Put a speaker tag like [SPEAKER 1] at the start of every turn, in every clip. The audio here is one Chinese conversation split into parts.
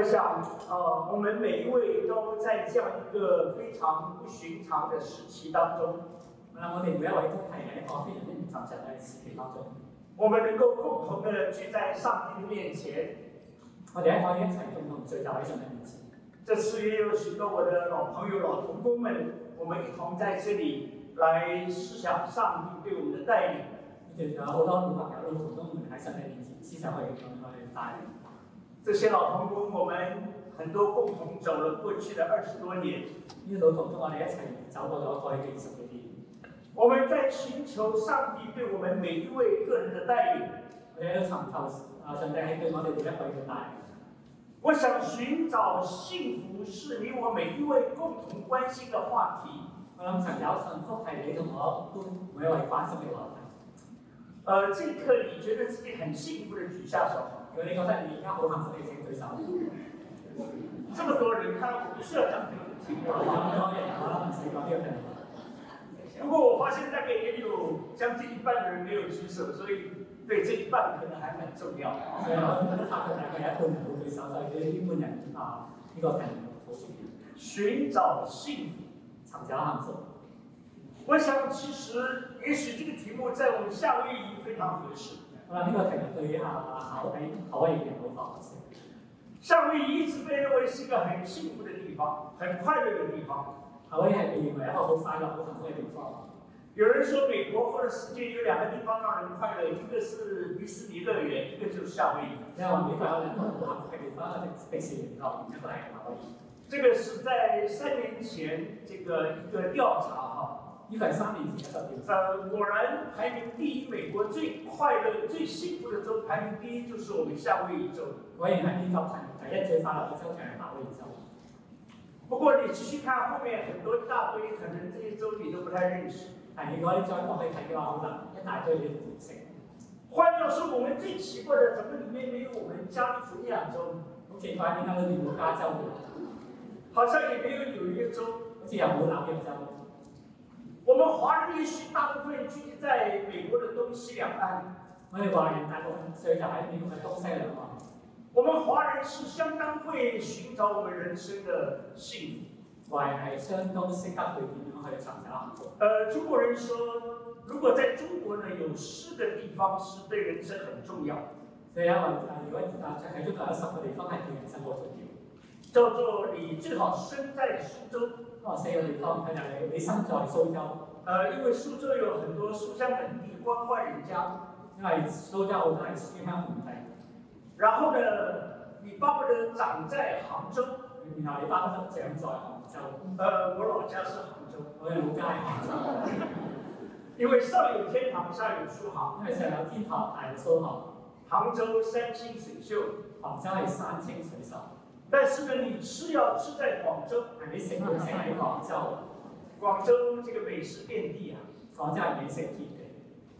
[SPEAKER 1] 我想，呃，我们每一位都在这样一个非常不寻常的时期当中，
[SPEAKER 2] 啊，我哋每一位都係喺一個非常之唔尋常嘅時期當中，
[SPEAKER 1] 我们能够共同的聚在上帝的面前。
[SPEAKER 2] 我哋喺可以一齊共同聚集喺上帝面前。
[SPEAKER 1] 这次也有许多我的老朋友、老同工们，我们一同在这里来思想上帝对我们的带领。
[SPEAKER 2] 呢段仲有好多老朋友、老同工們喺上帝面前，思想去咁去帶領。
[SPEAKER 1] 这些老同工，我们很多共同走了过去的二十多年，
[SPEAKER 2] 呢啲老同工，我哋一齊走過咗過去嘅二十幾年，
[SPEAKER 1] 我们在寻求上帝对我们每一位个人的带领。
[SPEAKER 2] 我哋喺度尋求啊上帝喺對我哋每一位嘅帶領。
[SPEAKER 1] 我想寻找幸福是你我每一位共同关心的话题。
[SPEAKER 2] 我諗尋找幸福係你同我都每一位關心嘅話題。
[SPEAKER 1] 呃，这一刻你觉得自己很幸福的举下手。
[SPEAKER 2] 如果你覺得你而家好幸福，你請舉手。
[SPEAKER 1] 这么多人，看来我们社长这个题目
[SPEAKER 2] 我
[SPEAKER 1] 了。
[SPEAKER 2] 咁多人，我諗唔使講呢個題目。
[SPEAKER 1] 不过我发现大概也有将近一半的人没有举手，所以对这一半可能还蛮重要。
[SPEAKER 2] 所以我覺得發覺大概有一半人會舉手，所以呢半人啊呢個題目好重要。
[SPEAKER 1] 寻找幸福，
[SPEAKER 2] 尋找幸福。
[SPEAKER 1] 我想其实也许这个题目在我们夏威夷非常合适。
[SPEAKER 2] 我諗呢個題目對於下下位夏威夷人好合適。
[SPEAKER 1] 夏威夷一直被认为是一个很幸福的地方，很快乐的地方。
[SPEAKER 2] 夏威夷係被認為一個好快樂、好幸福嘅地方。
[SPEAKER 1] 有人说，美国或者世界有两个地方让人快乐，一个是迪士尼乐园，一个就是夏威夷。
[SPEAKER 2] 你話美國有兩個好幸福嘅地方，一個迪士尼樂園，一個係夏威夷。
[SPEAKER 1] 这个是在三年前这个一个调查哈，
[SPEAKER 2] 呢個係三年前一個調查，
[SPEAKER 1] 呃，果然排名第一，美国最快乐、最幸福的州排名第一就是我们夏威夷州。
[SPEAKER 2] 果然喺呢個排名第一最快樂嘅州長係夏威夷州。
[SPEAKER 1] 不过你继续看后面很多一大堆，可能这些州你都不太认识。
[SPEAKER 2] 但如果你再多去睇嘅話，可能一大堆你都唔識。
[SPEAKER 1] 换掉是我们最奇怪的，怎么里面没有我们加利福尼亚州，
[SPEAKER 2] 好奇怪，點解裏面冇加州嘅？
[SPEAKER 1] 好像也没有纽约州。
[SPEAKER 2] 好似又冇紐約州。
[SPEAKER 1] 我们华人也许大部分聚集在美国的东西两岸，
[SPEAKER 2] 我哋華人大部分聚集喺美國嘅東西兩岸。
[SPEAKER 1] 我们华人是相当会寻找我们人生的幸
[SPEAKER 2] 華人係相當識得去點樣去尋找幸福。
[SPEAKER 1] 福。呃，中国人说，如果在中国呢，有诗的地方是对人生很重要，
[SPEAKER 2] 所以因為啊，如果啊喺中國有十個地方係對人生好重要，
[SPEAKER 1] 叫做你最好生在苏州。
[SPEAKER 2] 我四個地方佢就係你身在蘇州，
[SPEAKER 1] 呃，因为苏州有很多书香门第、官宦人家，
[SPEAKER 2] 因為蘇州好多係書香門第，
[SPEAKER 1] 然后呢，你巴不得长在杭州。
[SPEAKER 2] 然後你包得長在杭州，
[SPEAKER 1] 呃，我老家是杭州，
[SPEAKER 2] 我哋老家係杭州，
[SPEAKER 1] 因为上有天堂，下有苏杭，
[SPEAKER 2] 因為上有天堂，下有蘇杭，
[SPEAKER 1] 杭州山清水秀。
[SPEAKER 2] 杭州係山清水秀，
[SPEAKER 1] 但是呢，你吃要吃在广州，
[SPEAKER 2] 係你食唔食喺杭州，
[SPEAKER 1] 广州这个美食遍地啊。
[SPEAKER 2] 廣州係美食天地。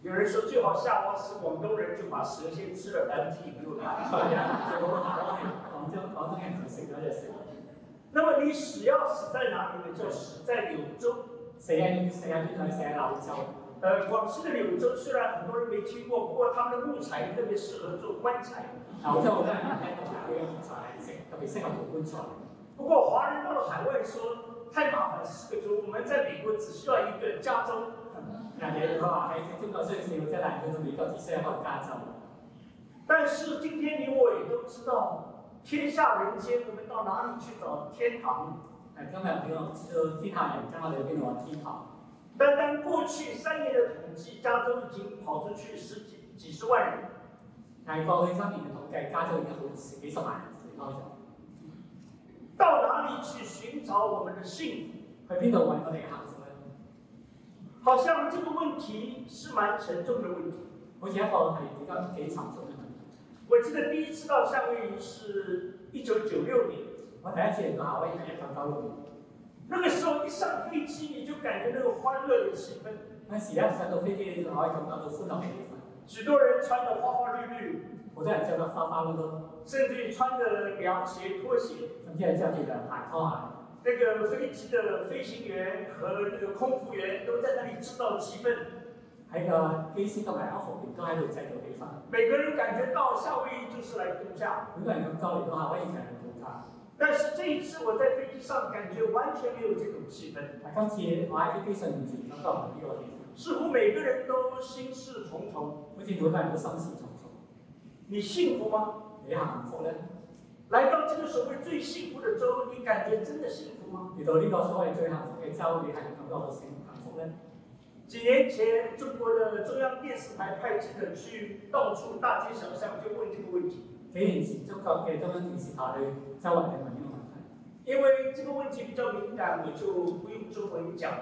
[SPEAKER 1] 有人说最好下窝吃，广东人就把蛇先吃了，然后自己没有
[SPEAKER 2] 所
[SPEAKER 1] 拿。
[SPEAKER 2] 以啊，最好下都係廣州，廣東人就食咗就食，
[SPEAKER 1] 那么你死要死在哪里呢？就死在柳州。
[SPEAKER 2] 死喺死喺邊度？死喺柳州。
[SPEAKER 1] 呃，广西的柳州虽然很多人没听过，不过他们的木材特别适合做棺材。
[SPEAKER 2] 柳州好多人咧，同埋呢個就係食特別適合做棺材。
[SPEAKER 1] 不过华人到了海外说太麻烦，四个州，我们在美国只需要一个加州。
[SPEAKER 2] 嗱，你如果話喺中國需要四個啫，但係去到美國只需要一個加州。
[SPEAKER 1] 但是今天你我也都知道，天下人间，我们到哪里去找天堂呢？
[SPEAKER 2] 誒，今日呢個知道天下人間，我哋去邊度揾天堂？
[SPEAKER 1] 单单过去三年的统计，加州已经跑出去十几几十万人。
[SPEAKER 2] 但係過去三年嘅統計，加州已經好少幾十萬人離開咗。
[SPEAKER 1] 到哪里去寻找我们的幸福？
[SPEAKER 2] 去邊度揾我哋嘅幸福咧？
[SPEAKER 1] 好像这个问题是蛮沉重的问题。
[SPEAKER 2] 好似一個係比較幾沉重嘅問題。
[SPEAKER 1] 我记得第一次到夏威夷是一九九六年，
[SPEAKER 2] 我第一次嚟到夏威夷係一九九六年，
[SPEAKER 1] 那个时候一上飞机你就感觉那个欢乐的气氛，
[SPEAKER 2] 嗰陣時咧上到飛機你就可以感覺到歡樂嘅氣氛，
[SPEAKER 1] 许多人穿的花花绿绿，
[SPEAKER 2] 好多人着得花花碌碌，
[SPEAKER 1] 甚至于穿着凉鞋拖鞋。
[SPEAKER 2] 甚至係着住涼鞋拖鞋。
[SPEAKER 1] 那个飞机的飞行员和那个空服员都在那里制造气氛。
[SPEAKER 2] 喺個機師同埋安服員都喺度製造氣氛，
[SPEAKER 1] 每个人感觉到夏威夷就是来度假，
[SPEAKER 2] 每個人咁多嚟到夏威夷就係度假。
[SPEAKER 1] 但是这一次我在飞机上感觉完全没有这种气氛，
[SPEAKER 2] 但今次我喺飛機上面感覺唔到呢個氣氛，
[SPEAKER 1] 似乎每个人都心事重重。
[SPEAKER 2] 好似每個人都心事重重。
[SPEAKER 1] 你幸福吗？
[SPEAKER 2] 你幸唔幸福咧？
[SPEAKER 1] 来到这个所谓最幸福的州，你感觉真的幸福吗？
[SPEAKER 2] 遇到呢個所謂最幸福嘅州，你係感覺好幸幸福咧？
[SPEAKER 1] 几年前，中国的中央电视台派记者去到处大街小巷就问这个问题，
[SPEAKER 2] 幾年前中國嘅中央電視台去周圍去問呢
[SPEAKER 1] 因为这个问题比较敏感，我就不用中文讲。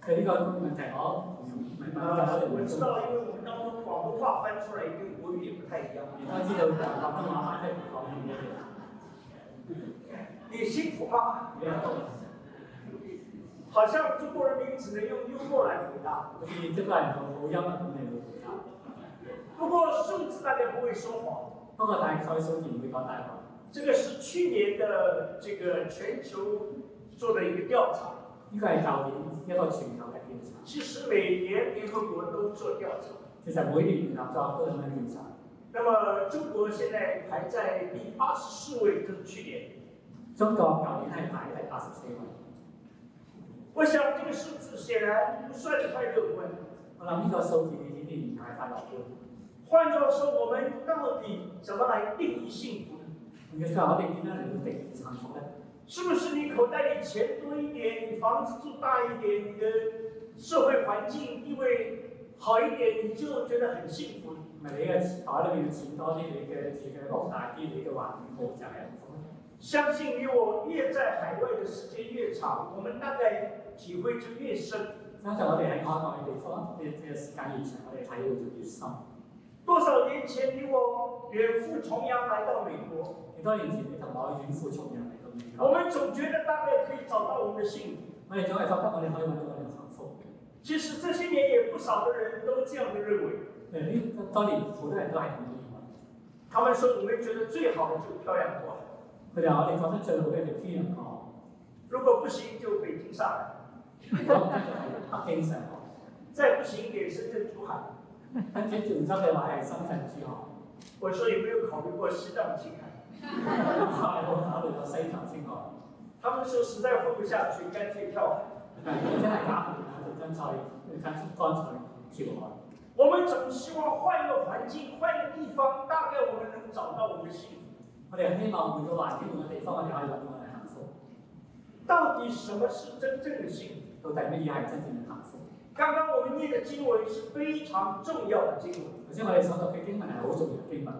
[SPEAKER 2] 個問題，佢呢個問題我唔唔問
[SPEAKER 1] 呃，
[SPEAKER 2] 我
[SPEAKER 1] 我
[SPEAKER 2] 哋
[SPEAKER 1] 知道，因为我们当中广东话翻出来跟国语也不太一样。
[SPEAKER 2] 我知道廣東話翻嚟講完嘅嘢，
[SPEAKER 1] 你幸福吗？
[SPEAKER 2] 你係好。
[SPEAKER 1] 好像中国人民只能用幽默来回答。
[SPEAKER 2] 好似中國人好好幽默咁嚟到回答，
[SPEAKER 1] 不过数字大家不会说谎，
[SPEAKER 2] 不過大概數字唔會講大話。
[SPEAKER 1] 这个是去年的这个全球做的一个調查。
[SPEAKER 2] 呢個係舊年一個全球嘅調查，
[SPEAKER 1] 其实每年联合国都做調查，
[SPEAKER 2] 其實每年聯合國都咁樣調查。
[SPEAKER 1] 那么中国现在排在第八十四位，就是去年。
[SPEAKER 2] 中國舊年係排第八十四位，
[SPEAKER 1] 我想这个数字显然不算太乐观。
[SPEAKER 2] 我諗呢個數字已經唔係太樂觀。
[SPEAKER 1] 换句话说，我们到底怎么来定义幸福呢？
[SPEAKER 2] 其實我哋點樣嚟到定義幸福咧？
[SPEAKER 1] 是不是你口袋里钱多一点，你房子住大一点，你的社会环境地位好一点，你就觉得很幸福？
[SPEAKER 2] 唔係你嘅錢袋裏面嘅錢多啲，你嘅住嘅屋大啲，你嘅環境好就係幸福咧。
[SPEAKER 1] 相信你我越在海外的时间越长，我们大概体会就越深。
[SPEAKER 2] 相信我哋喺海外嘅地方，嘅嘅時間越長，我哋體會就越深。
[SPEAKER 1] 多少年前，你我远赴重洋来到美国，
[SPEAKER 2] 幾多年前你同我遠赴重洋嚟到美
[SPEAKER 1] 我
[SPEAKER 2] 國，
[SPEAKER 1] 们总觉得大概可以找到我们的幸福。
[SPEAKER 2] 我哋總係覺得我哋可以揾到我哋嘅幸福。
[SPEAKER 1] 其实这些年也不少的人都这样的认为，
[SPEAKER 2] 誒呢當年好多人都係咁認為。
[SPEAKER 1] 他们说我们觉得最好的就是漂洋过海，
[SPEAKER 2] 佢哋話：我哋覺得最好嘅就天人河，
[SPEAKER 1] 如果不行就北京、上海，
[SPEAKER 2] 如果唔得就係北京上海。
[SPEAKER 1] 再不行给深圳、珠海。
[SPEAKER 2] 跟住泉州嘅話係深圳珠海，
[SPEAKER 1] 我说有没有考虑过西藏、青海？
[SPEAKER 2] 我冇考慮到西藏先講，
[SPEAKER 1] 他们说实在混不下去，干脆跳海。
[SPEAKER 2] 真係搞唔掂啦，就乾脆乾脆乾脆跳海。
[SPEAKER 1] 我们总希望换一个环境，换一个地方，大概我们能找到我们的幸福。
[SPEAKER 2] 我哋希望每個環境每個地方，我哋可以揾到我哋幸福。
[SPEAKER 1] 到底什么是真正的幸福？
[SPEAKER 2] 到底乜嘢係真正嘅幸福？
[SPEAKER 1] 刚刚我们念的经文是非常重要的经文，
[SPEAKER 2] 頭先我哋所讀嘅經文係好重要嘅經文，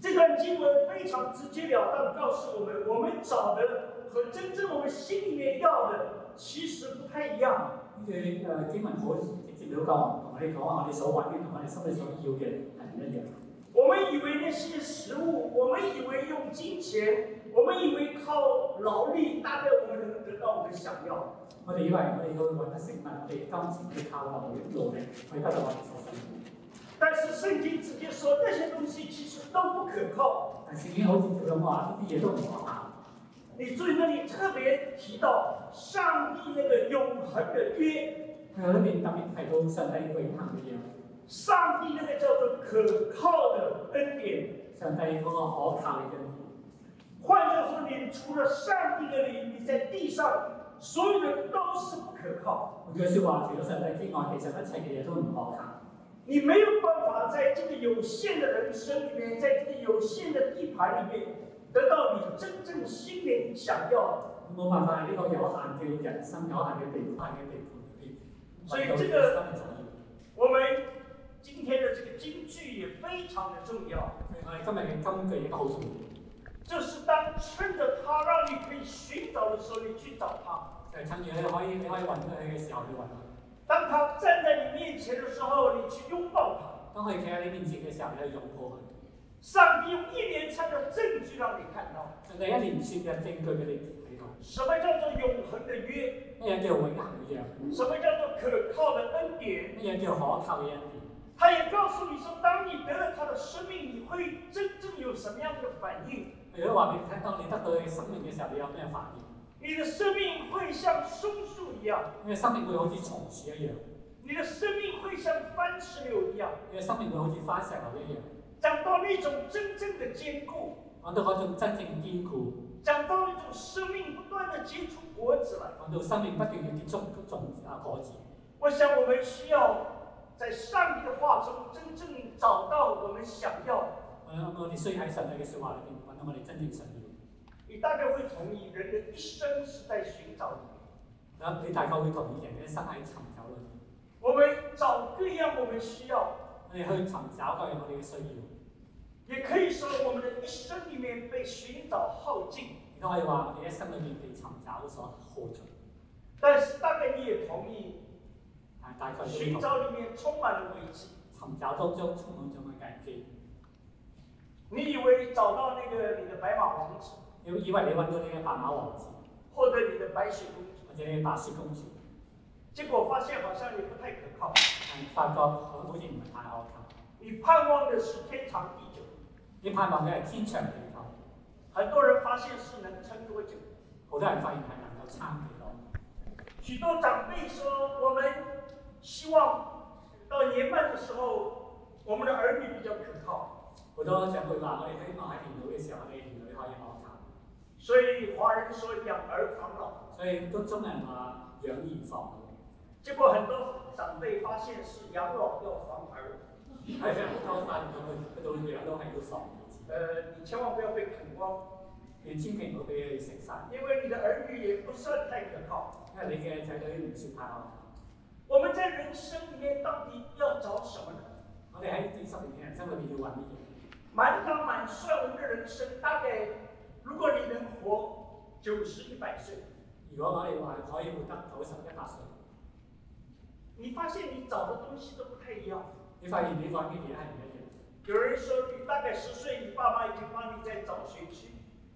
[SPEAKER 1] 这段经文非常直截了当地告诉我们，我们找的和真正我们心里面要的其实不太一样。
[SPEAKER 2] 呢段誒經文好直接了當，同我哋講話我哋所揾嘅同我哋心裏所要嘅係唔一樣。
[SPEAKER 1] 我们以为那些食物，我们以为用金钱，我们以为靠劳力，大概我们能得到我们想要的。
[SPEAKER 2] 我哋以為我哋要揾得食物，我哋金錢去靠努力努力去得到我哋所想要。
[SPEAKER 1] 但是圣经直接说这些东西其实都不可靠。
[SPEAKER 2] 但聖經好直接咁話，呢啲嘢都唔可靠。
[SPEAKER 1] 你注意那里特别提到上帝那个永恒的约，
[SPEAKER 2] 佢裏面特別提到上帝永恆嘅嘢，
[SPEAKER 1] 上帝那个叫做可靠的恩典。
[SPEAKER 2] 上帝嗰個可靠嘅恩典。
[SPEAKER 1] 换句话说，你除了上帝那里，你在地上所有的都是不可靠，
[SPEAKER 2] 換句説話，除咗上帝之外，其實一切嘅嘢都唔可靠。
[SPEAKER 1] 你没有办法在这个有限的人生里面，在这个有限的地盘里面，得到你真正心里想要的。
[SPEAKER 2] 冇辦法喺呢個有限嘅人生、有限嘅地方、有限嘅地盤裏邊，
[SPEAKER 1] 所以這個
[SPEAKER 2] 揾到人生嘅重要
[SPEAKER 1] 我们今天的这个京剧也非常的重要。
[SPEAKER 2] 我哋今日嘅金句亦都好重要，
[SPEAKER 1] 就是当趁着它让你可以寻找的时候，你去找它；
[SPEAKER 2] 就係趁住你可以你可以揾到佢嘅時候，你揾佢。
[SPEAKER 1] 当它站在你面前的时候，你去拥抱它。
[SPEAKER 2] 當佢企喺你面前嘅時候，你去擁抱佢。
[SPEAKER 1] 上帝用一连串的证据让你看到，
[SPEAKER 2] 上帝一連串嘅證據俾你睇到，
[SPEAKER 1] 什么叫做永恒的约，
[SPEAKER 2] 咩嘢叫永恆嘅約，
[SPEAKER 1] 什么叫做可靠的恩典。
[SPEAKER 2] 咩嘢叫可靠嘅恩典。
[SPEAKER 1] 他也告诉你说，当你得了他的生命，你会真正有什么样的反应？
[SPEAKER 2] 佢都話俾你聽，當你得到佢生命嘅時候，你有咩反應？
[SPEAKER 1] 你的生命会像松树一样，
[SPEAKER 2] 你嘅生命會好似松鼠一樣，
[SPEAKER 1] 你的生命会像番石榴一样，
[SPEAKER 2] 你嘅生命會好似花石榴一樣，
[SPEAKER 1] 长到那种真正的坚固。
[SPEAKER 2] 揾到嗰種真正堅固，
[SPEAKER 1] 讲到那种种生命不断的结出果子来。
[SPEAKER 2] 講到生命不斷要結束種啊果子，
[SPEAKER 1] 我想我们需要在上帝的话中真正找到我们想要的。
[SPEAKER 2] 我我哋需要喺神嘅説話裏邊揾到我哋真正想要。
[SPEAKER 1] 你大概会同意，人的一生是在寻找的。
[SPEAKER 2] 嗱，你大概會同意人嘅一生喺尋找裏面，
[SPEAKER 1] 我们找各样我们需要，
[SPEAKER 2] 我哋去尋找究竟我哋嘅需要，
[SPEAKER 1] 也可以说我们的一生里面被寻找耗尽。
[SPEAKER 2] 亦都可以話我哋一生裏面被尋找所耗盡。
[SPEAKER 1] 但是大概你也同意，
[SPEAKER 2] 但係大概都
[SPEAKER 1] 寻
[SPEAKER 2] 要
[SPEAKER 1] 找里面充满了危机。
[SPEAKER 2] 同尋找當中充滿咗嘅危機。
[SPEAKER 1] 你以为找到那个你的白马王子，
[SPEAKER 2] 你以為你揾到你嘅白馬王子，
[SPEAKER 1] 或者你的白雪公主，
[SPEAKER 2] 或者你嘅白雪公主，
[SPEAKER 1] 结果发现好像也不太可靠。
[SPEAKER 2] 但發覺好似唔係太可靠。
[SPEAKER 1] 你盼望的是天长地久，
[SPEAKER 2] 你盼望嘅係天長地久，
[SPEAKER 1] 很多人发现是能撑多久。
[SPEAKER 2] 好多人發現係能夠撐幾耐。
[SPEAKER 1] 许多长辈说，我们希望到年迈的时候，我们的儿女比较可靠。
[SPEAKER 2] 好多長輩話：我哋希望喺年老嘅時候，我哋兒女可以學習。
[SPEAKER 1] 所以华人说养儿防老，
[SPEAKER 2] 所以都中人話養兒防老，
[SPEAKER 1] 结果很多长辈发现是养老要防儿。
[SPEAKER 2] 係啊，多發現到佢到養都係要防老子。
[SPEAKER 1] 呃，你千万不要被啃光，
[SPEAKER 2] 你千祈唔好俾佢食晒，
[SPEAKER 1] 因为你的儿女也不算太可靠。
[SPEAKER 2] 因為你嘅仔女唔算太好。
[SPEAKER 1] 我们在人生里面到底要找什么呢？
[SPEAKER 2] 我哋喺四十年嘅人生裏面要揾乜嘢？
[SPEAKER 1] 满打满算，我们的人生大概，如果你能活九十一百岁，
[SPEAKER 2] 如果我哋話可以活得九十一百歲，
[SPEAKER 1] 你发现你找的东西都不太一样。
[SPEAKER 2] 你發現你揾嘅嘢係唔一樣。
[SPEAKER 1] 有人说你大概十岁，你爸爸已經帮你在找学区，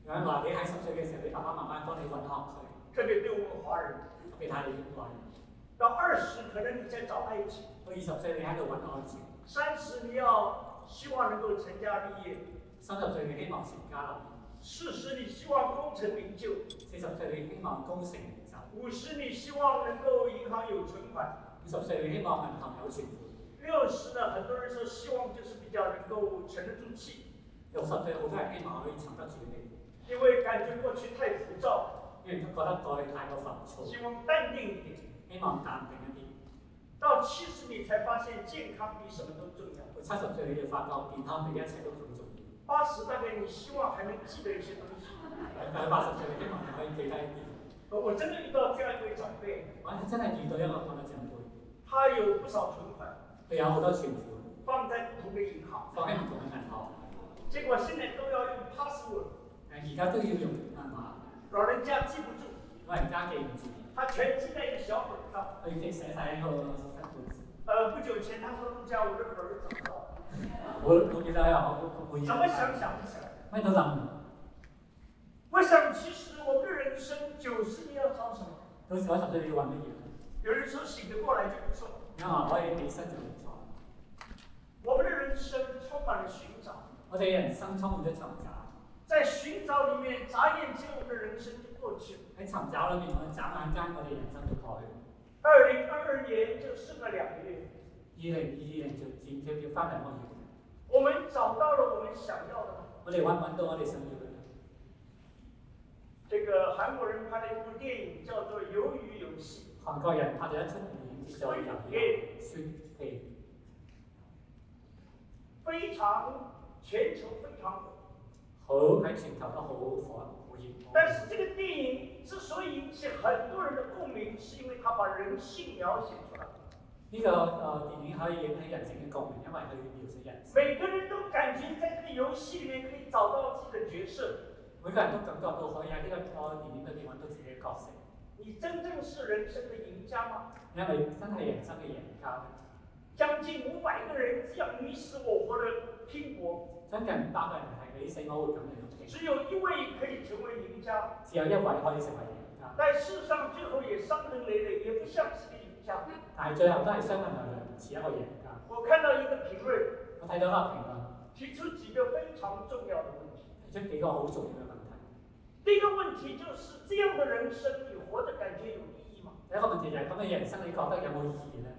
[SPEAKER 2] 有人話你喺十歲嘅時候，你爸爸媽媽幫你揾學區，
[SPEAKER 1] 特别对我们华人。
[SPEAKER 2] 特別睇你外人。
[SPEAKER 1] 到二十，可能你在找爱情。
[SPEAKER 2] 到二十歲你喺度揾愛情，
[SPEAKER 1] 三十你要希望能够成家立业，
[SPEAKER 2] 三十歲你希望成家立
[SPEAKER 1] 四十你希望功成名就，
[SPEAKER 2] 業，四十歲你希望功成名就。
[SPEAKER 1] 五十你希望能够银行有存款，
[SPEAKER 2] 五十歲你希望銀行有存款，
[SPEAKER 1] 六十呢，很多人说希望就是比較能够沉得住气，
[SPEAKER 2] 六十歲好多人希望可以沉得住氣，
[SPEAKER 1] 因為感覺過去太浮躁，
[SPEAKER 2] 因為覺得過去太過浮躁，
[SPEAKER 1] 希望淡定一点。
[SPEAKER 2] 希望淡定一啲。
[SPEAKER 1] 到七十你才發現健康比什么都重要，
[SPEAKER 2] 到七十歲你就發覺健康比一切都更重要。
[SPEAKER 1] 八十大概你希望還能記得一些東西。
[SPEAKER 2] 喺八十歲你希望你可以記低啲。
[SPEAKER 1] 我真的遇到這樣一位長輩，
[SPEAKER 2] 我真係遇到一個咁嘅長輩，
[SPEAKER 1] 他有不少存款
[SPEAKER 2] 佢有好多存款，
[SPEAKER 1] 放在不同的銀行，
[SPEAKER 2] 放喺唔同嘅銀行，
[SPEAKER 1] 結果現在都要用 password。
[SPEAKER 2] 誒而家都要用銀碼，
[SPEAKER 1] 老人家记不住，
[SPEAKER 2] 老人家記唔住，
[SPEAKER 1] 他全记在一个小本儿上。
[SPEAKER 2] 佢已經寫晒喺個新本子。
[SPEAKER 1] 呃，不久前他说陆家我的本儿找不到，
[SPEAKER 2] 我我記得啊，我我我
[SPEAKER 1] 怎么想想不起来。
[SPEAKER 2] 咩都諗，
[SPEAKER 1] 我想，其实我们的人生九十年要找什么？
[SPEAKER 2] 到九十歲你要揾乜嘢？
[SPEAKER 1] 有人说醒得过来就不错。
[SPEAKER 2] 因為可以起身就唔錯。
[SPEAKER 1] 我们的人生充满了寻找，
[SPEAKER 2] 我哋人生充滿咗尋找，
[SPEAKER 1] 在寻找里面眨眼间，我们的人生就过去了。
[SPEAKER 2] 喺尋找裏面，我哋眨眼間，我哋人生就過去。
[SPEAKER 1] 二零二二年就剩了兩个月，
[SPEAKER 2] 二零二二零就漸漸要翻兩個月，
[SPEAKER 1] 我们找到了我们想要的。
[SPEAKER 2] 我哋揾揾到我哋想要嘅。
[SPEAKER 1] 这个韓國人拍了一部電影，叫做《魷魚游戲》。
[SPEAKER 2] 韓國人拍咗一出電影叫做《遊戲雪戲
[SPEAKER 1] 非常全球非常火。》，
[SPEAKER 2] 好喺全球都好火好
[SPEAKER 1] 但
[SPEAKER 2] 熱。
[SPEAKER 1] 是这个电影之所以引起很多人的共鸣，是因为它把人性描写出来，
[SPEAKER 2] 呢、個誒、呃電影可以影起人性嘅共鳴，因為佢描寫人性，
[SPEAKER 1] 每个人都感觉在这个游戏里面可以找到自己的角色，
[SPEAKER 2] 每個人都感覺到可以喺呢、個個電影裏面揾到自己嘅角色，
[SPEAKER 1] 你真正是人生的赢家吗？
[SPEAKER 2] 因為真係人生嘅贏家。
[SPEAKER 1] 将近五百个人这样你死我活的拼搏，
[SPEAKER 2] 真近唔百個人係你死我活咁嚟到
[SPEAKER 1] 只有一位可以成为赢家，
[SPEAKER 2] 只有一位可以成為贏家。
[SPEAKER 1] 但事实上最后也伤痕累累，也不像是个赢家。
[SPEAKER 2] 但係最後都係雙份流量，唔似一個贏家。
[SPEAKER 1] 我看到一个评论
[SPEAKER 2] 我睇到一個
[SPEAKER 1] 提出几个非常重要的问题。
[SPEAKER 2] 評論，提出幾個好重要嘅問題。
[SPEAKER 1] 第一个问题就是这样的人生，你活的感觉有意义吗？
[SPEAKER 2] 第一個問題就係咁嘅人生，你覺得有冇意義咧？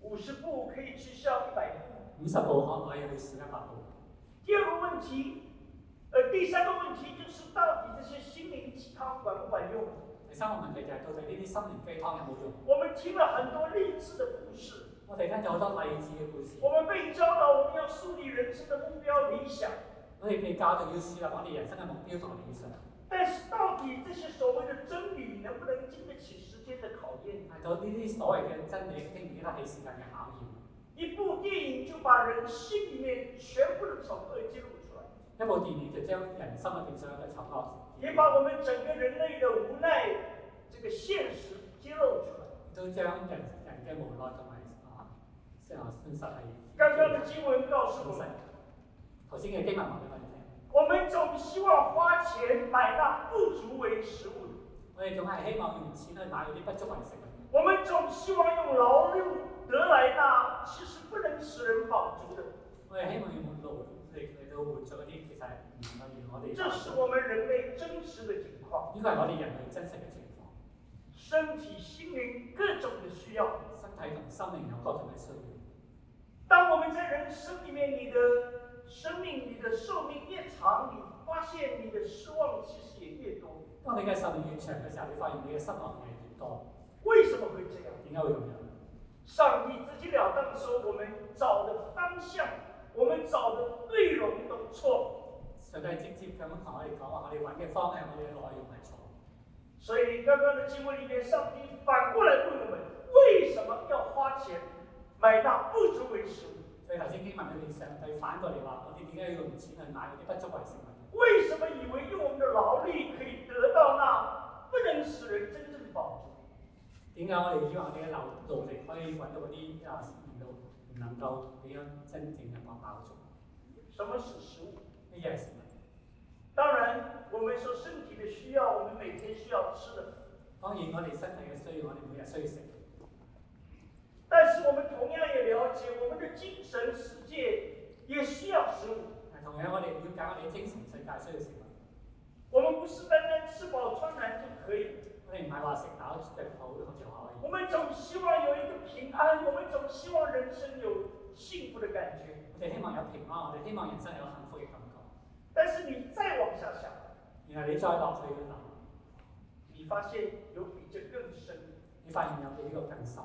[SPEAKER 1] 五十步可以去笑一百步。
[SPEAKER 2] 五十步可唔可以去試一百步？
[SPEAKER 1] 第二个问题，呃，第三个问题就是到底这些心管不管用？
[SPEAKER 2] 第三個問題就係到底呢啲心靈雞湯有冇用？
[SPEAKER 1] 我们听了很多励志的故事，
[SPEAKER 2] 我哋聽咗好多勵志嘅故事，
[SPEAKER 1] 我们被教导我们要树立人生的目标理想，
[SPEAKER 2] 我哋被教導要樹立我哋人生嘅目標同埋理想。
[SPEAKER 1] 但是到底这些所谓的真理能不能经得起时间的考验？
[SPEAKER 2] 但到呢啲所謂嘅真理，經唔經得起時間嘅考驗？
[SPEAKER 1] 一部电影就把人心里面全部的丑恶揭露出来，
[SPEAKER 2] 一部電影就將人生入邊所有嘅醜惡，
[SPEAKER 1] 也把我们整个人类的无奈这个现实揭露出来。
[SPEAKER 2] 都將人人嘅無奈同埋啊，即係話真實係。
[SPEAKER 1] 刚刚的经文告诉我
[SPEAKER 2] 真實
[SPEAKER 1] 们，。
[SPEAKER 2] 頭先嘅經文話俾我哋聽，
[SPEAKER 1] 我们总希望花钱买那不足为食物，
[SPEAKER 2] 我哋仲係希望用錢去買嗰啲不足為食嘅，
[SPEAKER 1] 我们总希望用劳碌得来那其实不能使人饱足的。
[SPEAKER 2] 我哋希望用路嚟嚟到活咗嗰啲，其實係唔係我哋。
[SPEAKER 1] 这是我们人类真实的情况，
[SPEAKER 2] 呢個係我哋人類真實嘅情況，
[SPEAKER 1] 身体、心灵各种的需要。
[SPEAKER 2] 身體同心靈有各種嘅需要。
[SPEAKER 1] 当我们在人生里面，你的生命、你的寿命越长，你发现你的失望其实也越多。
[SPEAKER 2] 當你嘅壽命越長嘅時候，你發現你嘅失望係越多。
[SPEAKER 1] 为什么会这样？
[SPEAKER 2] 點解會咁樣？
[SPEAKER 1] 上帝直截了当地说，我们找的方向，我们找的内容都错。
[SPEAKER 2] 上帝直接咁同我哋講話，我哋揾嘅方向，我哋嘅內容係錯。
[SPEAKER 1] 所以刚刚的经文里面，上帝反过来问我们，为什么要花钱买那不足为食物？
[SPEAKER 2] 所以頭先經文裏面上帝反過嚟話，我哋點解要用錢去買嗰啲不足為食物？
[SPEAKER 1] 为什么以为用我们的劳力可以得到那不能使人真正的饱足？
[SPEAKER 2] 點解我哋以為我哋嘅流勞力可以揾到嗰啲啊唔到唔能夠俾人真正嘅飽飽足？
[SPEAKER 1] 什么是食物？
[SPEAKER 2] 呢嘢係食物。
[SPEAKER 1] 当然，我们说身体的需要，我们每天需要吃的，
[SPEAKER 2] 當然我哋身體嘅需要，我哋每日需要食。
[SPEAKER 1] 但是我们同样也了解，我们的精神世界也需要食物。
[SPEAKER 2] 但同樣我哋了解我哋精神世界需要食物。
[SPEAKER 1] 我们不是单单吃饱穿暖就可以，
[SPEAKER 2] 我哋唔係話食飽食好就可以。
[SPEAKER 1] 我们总希望有一个平安，我们总希望人生有幸福的感觉。
[SPEAKER 2] 我哋希望有平安，我哋希望人生有幸福嘅感覺。
[SPEAKER 1] 但是你再往下想，
[SPEAKER 2] 然後你再落去諗，
[SPEAKER 1] 你发现有比这更深。
[SPEAKER 2] 你發現有比呢個更深。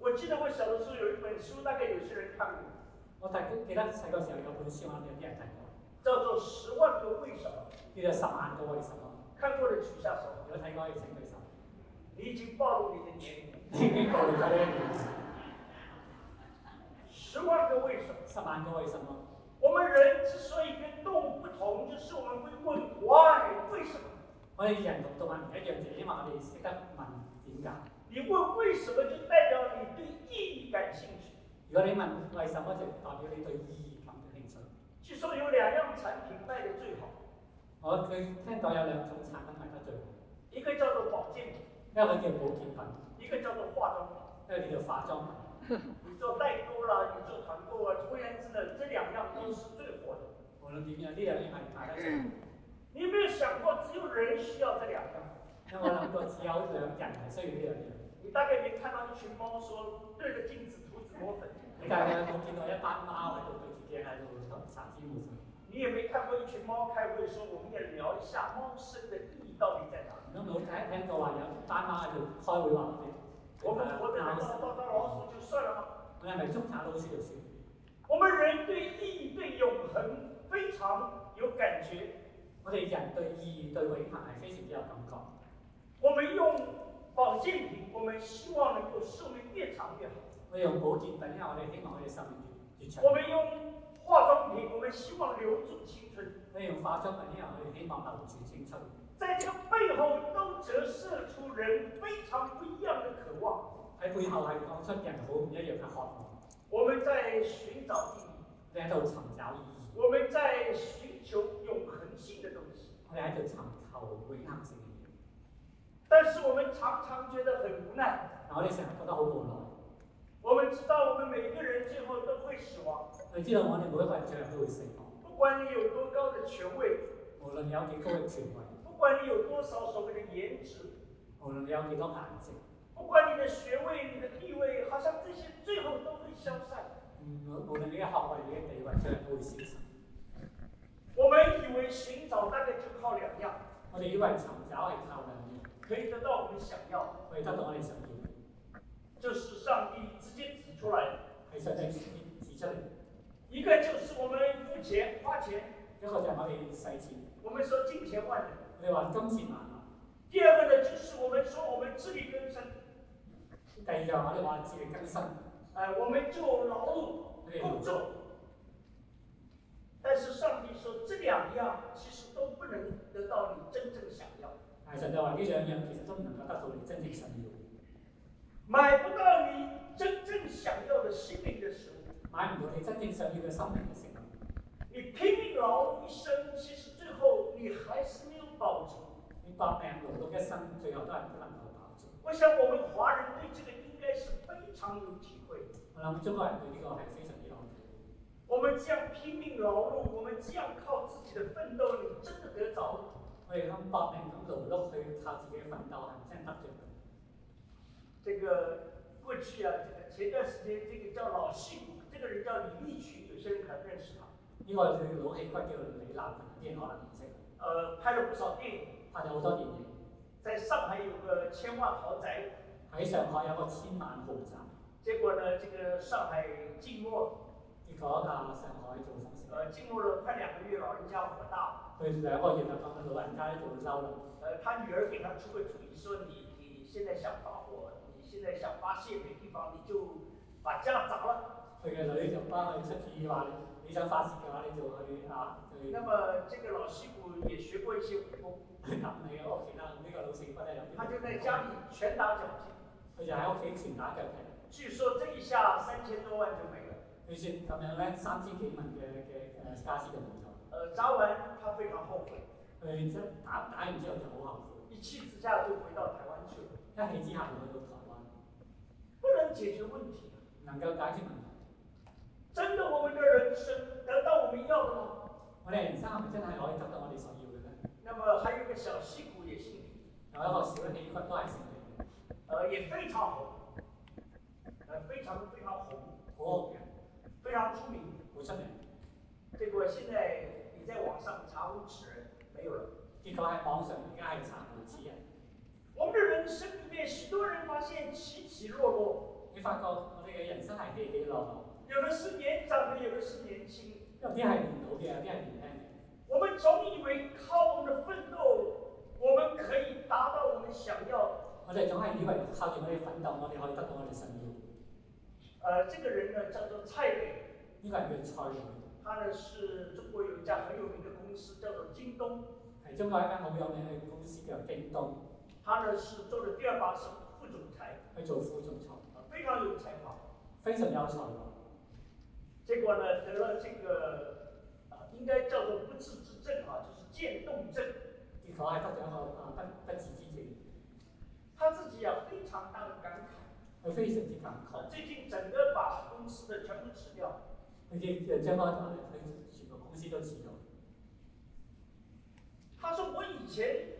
[SPEAKER 1] 我记得我小的时候有一本书，大概有些人看过，
[SPEAKER 2] 我大記記得細個時候有本書，我哋有啲人睇過，
[SPEAKER 1] 叫做《十万个为什么
[SPEAKER 2] 叫做《十萬個為什麼》，》，
[SPEAKER 1] 看過的举下手。
[SPEAKER 2] 如果睇過要請舉手。
[SPEAKER 1] 你已经暴露你的年龄。
[SPEAKER 2] 呢邊個睇咧？
[SPEAKER 1] 十万个为什么？
[SPEAKER 2] 十萬個為什麼？
[SPEAKER 1] 我们人之所以跟动物不同，就是我们会问 why 为什么？
[SPEAKER 2] 我哋人同動物唔一樣，就係因為我哋識得問點解。
[SPEAKER 1] 你问为什么，就代表你对意义感兴趣。
[SPEAKER 2] 如果你問為什麼，就代表你對意義感到興趣。
[SPEAKER 1] 据说有两样产品卖得最好，
[SPEAKER 2] 我佢聽到有兩種產品賣得最好，
[SPEAKER 1] 一个叫做保健品，
[SPEAKER 2] 一個叫保健品，
[SPEAKER 1] 一个叫做化妆品。
[SPEAKER 2] 一個叫做化妝品。
[SPEAKER 1] 你做代购啦，你做团购啊，总而言之呢，这两样都是最火的。
[SPEAKER 2] 無論點樣，呢兩樣係賣得最好。
[SPEAKER 1] 你有没有想过，只有人需要这两样？
[SPEAKER 2] 因為我諗過只有兩人係需要呢樣嘢，
[SPEAKER 1] 你大概没看到一群猫说对着镜子涂脂抹粉，
[SPEAKER 2] 你但係我見到一班貓喺度對自己喺度搽脂抹粉，
[SPEAKER 1] 你也没看过一群猫开会说我们也聊一下猫生的意义到底在哪里。
[SPEAKER 2] 咁冇睇聽到話有班貓喺度開會話
[SPEAKER 1] 我
[SPEAKER 2] 我哋，
[SPEAKER 1] 们活着
[SPEAKER 2] 貓
[SPEAKER 1] 能够
[SPEAKER 2] 生，
[SPEAKER 1] 抓到老鼠就算了吗？
[SPEAKER 2] 我哋係咪捉賊老鼠條鼠？
[SPEAKER 1] 我们人对意义、对永恒非常有感觉。
[SPEAKER 2] 我哋人對意義對永恆係非常之有感覺。
[SPEAKER 1] 我们用保健品，我们希望能够寿命越长越好；
[SPEAKER 2] 我哋用保健品，因為我哋希望我哋壽命越越長
[SPEAKER 1] 我；们用化妆品，我们希望留住青春。
[SPEAKER 2] 我哋用化妝品，因為我哋希望留住青春。
[SPEAKER 1] 在这个背后，都折射出人非常不一样的渴望。
[SPEAKER 2] 喺背後係講出人好唔一樣嘅渴望，
[SPEAKER 1] 我们在寻找意义，
[SPEAKER 2] 我哋喺度尋找意義，
[SPEAKER 1] 我们在寻求永恒性的东西。
[SPEAKER 2] 我哋喺度尋求永恆性嘅嘢。
[SPEAKER 1] 但是我们常常覺得很无奈。
[SPEAKER 2] 但我哋成日覺得好無奈。
[SPEAKER 1] 我们知道，我们每一个人最后都会死亡，
[SPEAKER 2] 你知道我哋每一個人最後都會死亡，
[SPEAKER 1] 不管你有多高的权位，
[SPEAKER 2] 無論你有幾高嘅權位，
[SPEAKER 1] 不管你有多少所谓的颜值，
[SPEAKER 2] 無論你有幾多顏值，
[SPEAKER 1] 不管你的学位、你的地位，好像这些最后都会消散。
[SPEAKER 2] 嗯無論你嘅學位、你嘅地位，最後都會消失。
[SPEAKER 1] 我们以以为寻找大概就靠两样，
[SPEAKER 2] 我哋以為尋找係靠兩樣，
[SPEAKER 1] 可以得到我们想要，
[SPEAKER 2] 可以得到我哋想要嘅，
[SPEAKER 1] 这是上帝直接指出来的。
[SPEAKER 2] 係上帝指出嚟。
[SPEAKER 1] 一个就是我们付钱花钱，
[SPEAKER 2] 一個就係我哋使錢，
[SPEAKER 1] 我们说金钱换人；
[SPEAKER 2] 我哋話金錢萬能。
[SPEAKER 1] 第二个呢，就是我们说我们自力更生，
[SPEAKER 2] 第二就係我哋話自力更生，
[SPEAKER 1] 哎、我们就劳碌
[SPEAKER 2] 我哋
[SPEAKER 1] 工
[SPEAKER 2] 勞
[SPEAKER 1] 作。但是上帝说这两样其实都不能得到你真正想要，
[SPEAKER 2] 但係上帝話呢兩樣其實都唔能夠得到你真正想要，
[SPEAKER 1] 买不到你真正想要的心灵的食物。
[SPEAKER 2] 買唔到你真正想要嘅心靈嘅食物。
[SPEAKER 1] 你拼命劳碌一生，其实最后你还是没有保住。
[SPEAKER 2] 你百命勞碌一生，最後都係不能夠飽足。
[SPEAKER 1] 我想我们华人对这个应该是非常有体会。
[SPEAKER 2] 我諗中國人對呢個係非常之有體會。
[SPEAKER 1] 我们这样拼命劳碌，我们这样靠自己的奋斗，你真的得着吗？
[SPEAKER 2] 我哋咁搏命咁勞碌去靠自己奮鬥，係咪真係得着嘅？
[SPEAKER 1] 这个过去啊，这个前段时间这个叫老戏骨，这个人叫李立群，有些人可能认识他。
[SPEAKER 2] 呢個最老氣骨叫李立群，啲人可能認識佢，
[SPEAKER 1] 呃，拍了不少电影，
[SPEAKER 2] 拍咗好多電影。
[SPEAKER 1] 在上海有个千万豪宅，
[SPEAKER 2] 喺上海有個千萬豪宅，
[SPEAKER 1] 结果呢，这个上海静默，
[SPEAKER 2] 結果啊上海做生死，
[SPEAKER 1] 呃，静默了快兩个月，老人家火大，
[SPEAKER 2] 佢兩個月就講老人家咧就嬲啦。
[SPEAKER 1] 呃，他女儿给他出个主意，说你你现在想发火，你现在想发泄没地方，你就把家砸了。
[SPEAKER 2] 佢嘅女就幫佢出主意話：你想發泄嘅話，你就去啊去
[SPEAKER 1] 那么这个老戏骨也学过一些武功，
[SPEAKER 2] 揼你嘅屋企啦。呢個老死骨咧有啲，
[SPEAKER 1] 他就在家里拳打腳踢。
[SPEAKER 2] 佢就喺屋企拳打腳踢。
[SPEAKER 1] 据说这一下三千多万就没了。
[SPEAKER 2] 佢説咁樣咧，三千幾萬嘅嘅誒家私就冇咗。
[SPEAKER 1] 呃，砸完他非常後悔，
[SPEAKER 2] 佢即打打完之後就好後悔，
[SPEAKER 1] 一气之下就回到台灣去了，
[SPEAKER 2] 一氣之下就去到台灣，唔
[SPEAKER 1] 不能解決問題。
[SPEAKER 2] 能夠解決問題。
[SPEAKER 1] 啊真的，我們的人生得到我們要的嗎？
[SPEAKER 2] 我哋人生係咪真係可以得到我哋所要嘅咧？
[SPEAKER 1] 那么還有一個小戲骨也姓李，
[SPEAKER 2] 有一個小嘅氣骨都係成嚟嘅，
[SPEAKER 1] 呃，也非常紅，呃，非常非常紅，
[SPEAKER 2] 好紅嘅，
[SPEAKER 1] 非常出名。
[SPEAKER 2] 好出名。
[SPEAKER 1] 結果現在你在網上查無此人，沒有了。
[SPEAKER 2] 結果喺網上而家係查無此人。
[SPEAKER 1] 我们的人生里面，许多人發現起起落落，
[SPEAKER 2] 你發覺我哋嘅人生係起起落落，
[SPEAKER 1] 有的是年長的，有的是年輕。
[SPEAKER 2] 有啲係年老嘅，有啲係年輕嘅。
[SPEAKER 1] 我們總以為靠我們的奮鬥，我們可以達到我們想要的。
[SPEAKER 2] 我哋總係以為靠住我哋奮鬥，我哋可以得到我哋想要。呢、
[SPEAKER 1] 呃，這個人呢叫做蔡磊，
[SPEAKER 2] 個係佢嘅蔡累，
[SPEAKER 1] 他呢是中國有一家很有名的公司叫做京東，
[SPEAKER 2] 係中國一間好有名嘅公司叫京東，
[SPEAKER 1] 他呢是做了第二把手，副總裁，
[SPEAKER 2] 去做副總裁，
[SPEAKER 1] 呃非常有才華。
[SPEAKER 2] 非常有才華。
[SPEAKER 1] 結果呢得了這個，呃，應該叫做不治之症啊，就是漸凍症。
[SPEAKER 2] 結果係得咗一個啊不不治之症。
[SPEAKER 1] 他自己啊非常大的感慨。
[SPEAKER 2] 佢非常之感慨，
[SPEAKER 1] 最近整个把公司的全部辞掉，
[SPEAKER 2] 佢亦就將嗰個佢全部公司都辭咗。
[SPEAKER 1] 他说我以前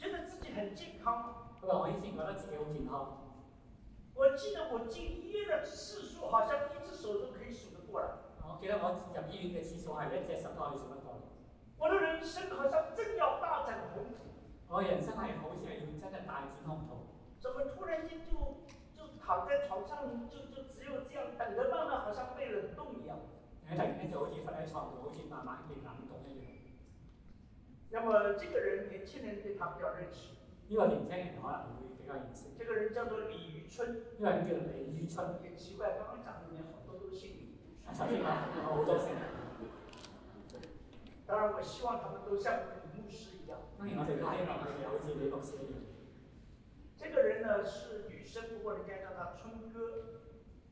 [SPEAKER 1] 觉得自己很健康，
[SPEAKER 2] 佢話：我以前覺得自己好健康，
[SPEAKER 1] 我记得我进医院的次数好像一只手都可以数得过来，
[SPEAKER 2] 我記得我入醫院嘅次數係一隻手都可以數得過。
[SPEAKER 1] 我的人生好像正要大展宏图，
[SPEAKER 2] 我人生係好似係要真係大展宏圖，
[SPEAKER 1] 怎么突然间就就躺在床上就就只有这样等着慢慢好像被冷冻一样。
[SPEAKER 2] 你突然間就好似瞓喺床度，好似慢慢被冷凍一樣。
[SPEAKER 1] 那么这个人年轻人对他比较认识，
[SPEAKER 2] 呢個年輕人可能會比較認識，
[SPEAKER 1] 这个人叫做李宇春，
[SPEAKER 2] 呢個人叫李宇春，
[SPEAKER 1] 也奇怪，刚刚讲的里面好多都姓李。
[SPEAKER 2] 首先講好多姓。
[SPEAKER 1] 当然，我希望他们都像李牧师一样。
[SPEAKER 2] 當然我哋都希望佢哋好似李博士一樣。
[SPEAKER 1] 这个人呢是女生，不过人家叫她春哥，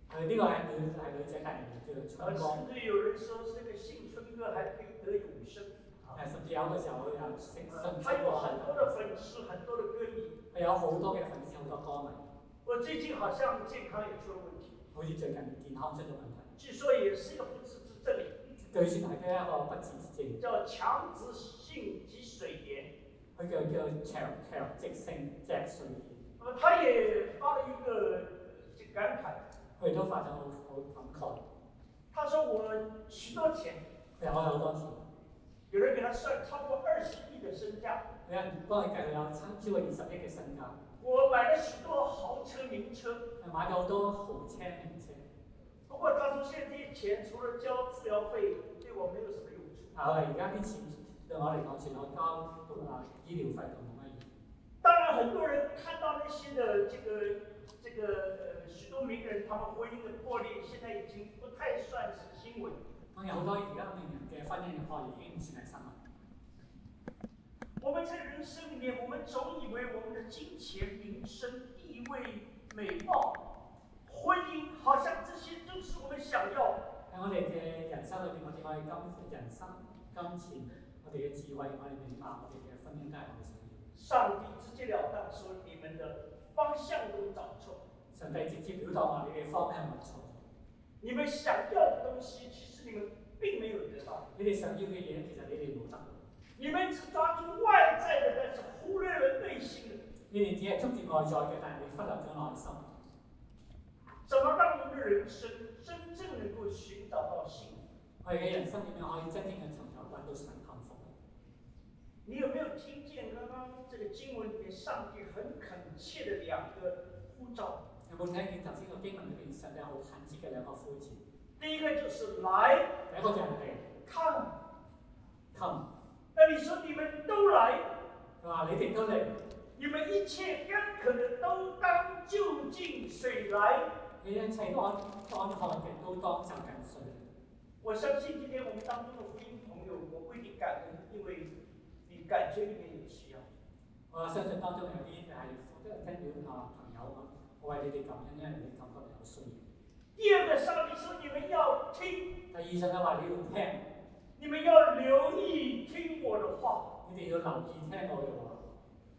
[SPEAKER 2] 佢呢個係女係女仔，但係叫做
[SPEAKER 1] 呃，
[SPEAKER 2] 春光。
[SPEAKER 1] 甚至有人说这个姓春哥還可以得永生。啊，
[SPEAKER 2] 誒，甚至有嘅時候有姓信
[SPEAKER 1] 呃
[SPEAKER 2] 春
[SPEAKER 1] 他有很多的
[SPEAKER 2] 光，
[SPEAKER 1] 粉丝，很多的歌迷。
[SPEAKER 2] 佢有好多嘅粉絲，好多歌迷。
[SPEAKER 1] 我最近好像健康也出了问题，
[SPEAKER 2] 好似最近健康出咗問題，
[SPEAKER 1] 据说也是一个不治之症，
[SPEAKER 2] 據說係佢一個不治之症，
[SPEAKER 1] 叫强直性脊髓炎。
[SPEAKER 2] 佢叫叫長強直性脊髓炎。
[SPEAKER 1] 那么他也发了一个这个感慨，
[SPEAKER 2] 佢都發咗好好感慨，
[SPEAKER 1] 他说我许多钱，
[SPEAKER 2] 佢有好多錢。
[SPEAKER 1] 有有人给他算超过二十亿的身价。
[SPEAKER 2] 有人幫你計有差超過二十億嘅身價，啊
[SPEAKER 1] 我买了许多豪车名车，
[SPEAKER 2] 係買咗好多豪車名車。
[SPEAKER 1] 不过当初现这些钱除了交治疗费，对我没有什么用处。
[SPEAKER 2] 啊，而家啲錢對我嚟講，全我交啊醫療費就冇乜嘢。
[SPEAKER 1] 当然，很多人看到那些的这个这个呃许多名人他们婚姻的破裂，现在已经不太算是新闻。
[SPEAKER 2] 當啊然好多而家名人嘅婚姻嘅破裂已經唔算係啊新聞。
[SPEAKER 1] 我们在人生里面，我们总以为我们的金钱、名声、地位、美貌、婚姻，好像这些都是我们想要的。
[SPEAKER 2] 喺我哋嘅人生裏邊，我哋我哋金人生、金錢、我哋嘅智慧、我哋美貌、我哋嘅婚姻都係我哋想要。
[SPEAKER 1] 上帝直截了当说：“你们的方向都找错，
[SPEAKER 2] 上帝直接表達話你嘅方向冇錯，
[SPEAKER 1] 你们想要的东西，其实你们并没有得到，
[SPEAKER 2] 你哋想要嘅嘢其實你哋冇得，
[SPEAKER 1] 你们只抓住外在的，但是忽略了内心的。
[SPEAKER 2] 你哋只係捉住外在嘅，但係你忽略咗內心。
[SPEAKER 1] 怎么让我们的人生真正能够寻找到幸福？
[SPEAKER 2] 我哋嘅人生點樣可以真正嘅尋找揾到神幸福呢？
[SPEAKER 1] 你有没有听见刚刚这个经文里面上帝很恳切的两个呼召？
[SPEAKER 2] 有冇睇見頭先個經文裏邊上帝好懇切嘅兩個呼召？
[SPEAKER 1] 第一个就是来
[SPEAKER 2] 第一個就係嚟
[SPEAKER 1] come，
[SPEAKER 2] come，
[SPEAKER 1] 那你说你们都来，
[SPEAKER 2] 佢話你哋都嚟，
[SPEAKER 1] 你们一切干渴的都当就近水来。”
[SPEAKER 2] 你一切都安安看嘅都當就緊水。
[SPEAKER 1] 我相信今天我们当中的福音朋友，我为你感恩，因为你感觉里面有需要。
[SPEAKER 2] 我相信當中有啲係即係聽到啊朋友啊，我為你哋感恩，因為你感覺有需要。
[SPEAKER 1] 第二个，上帝说你们要听，
[SPEAKER 2] 第二上帝話你要聽，
[SPEAKER 1] 你们要留意听我的话。
[SPEAKER 2] 你哋要留意聽我嘅話。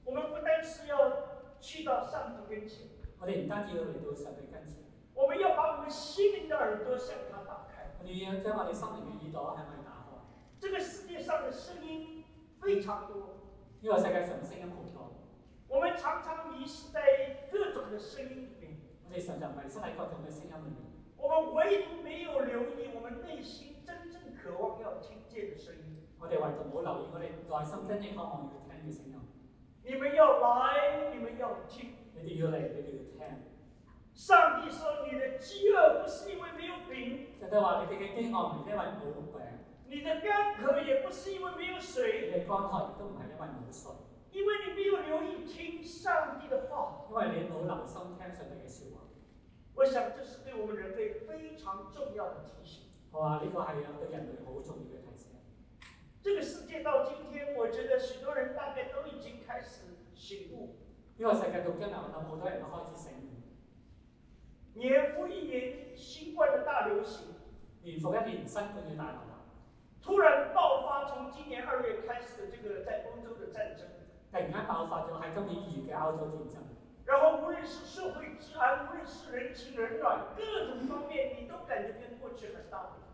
[SPEAKER 1] 我们不单是要去到上帝跟前，
[SPEAKER 2] 我哋唔單止要嚟到上帝跟前，
[SPEAKER 1] 我们要把我们心灵的耳朵向他打开。
[SPEAKER 2] 我哋要將我哋心靈嘅耳朵係咪打開？
[SPEAKER 1] 这个世界上的声音非常多，
[SPEAKER 2] 呢個世界上聲音好多，
[SPEAKER 1] 我们常常迷失在各种的声音里面，
[SPEAKER 2] 我哋常常迷失喺各種嘅聲音裏面。
[SPEAKER 1] 我们唯独没有留意我们内心真正渴望要听见的声音。
[SPEAKER 2] 我哋唯獨冇留意我哋內心真正渴望要聽嘅聲音。
[SPEAKER 1] 你们要来，你们要听。
[SPEAKER 2] 你哋要嚟，你哋要聽。
[SPEAKER 1] 上帝说，你的饥饿不是因为没有饼，
[SPEAKER 2] 上帝話：你哋嘅飢餓唔係因為冇餅，
[SPEAKER 1] 你的干渴也不是因为没有
[SPEAKER 2] 你
[SPEAKER 1] 水，
[SPEAKER 2] 嘅乾渴亦都唔係因為冇水，
[SPEAKER 1] 因为你没有留意听上帝的话。
[SPEAKER 2] 因為你冇留心聽上帝嘅説話。
[SPEAKER 1] 我想这是对我们人类非常重要的提醒。
[SPEAKER 2] 我話呢個係有對人類好重要嘅提醒。
[SPEAKER 1] 这个世界到今天，我觉得许多人大概都已经开始醒悟，
[SPEAKER 2] 呢個世界到今日，我諗好多人都開始醒悟，
[SPEAKER 1] 年复一年，新冠的大流行
[SPEAKER 2] 年復一年新冠嘅大流行，
[SPEAKER 1] 突然爆发，从今年二月开始的这个在欧洲的战争。
[SPEAKER 2] 突然間爆發咗喺今年二月嘅歐洲戰爭。
[SPEAKER 1] 然后无论是社会治安，无论是人情冷暖，各种方面你都感觉跟过去很大不同。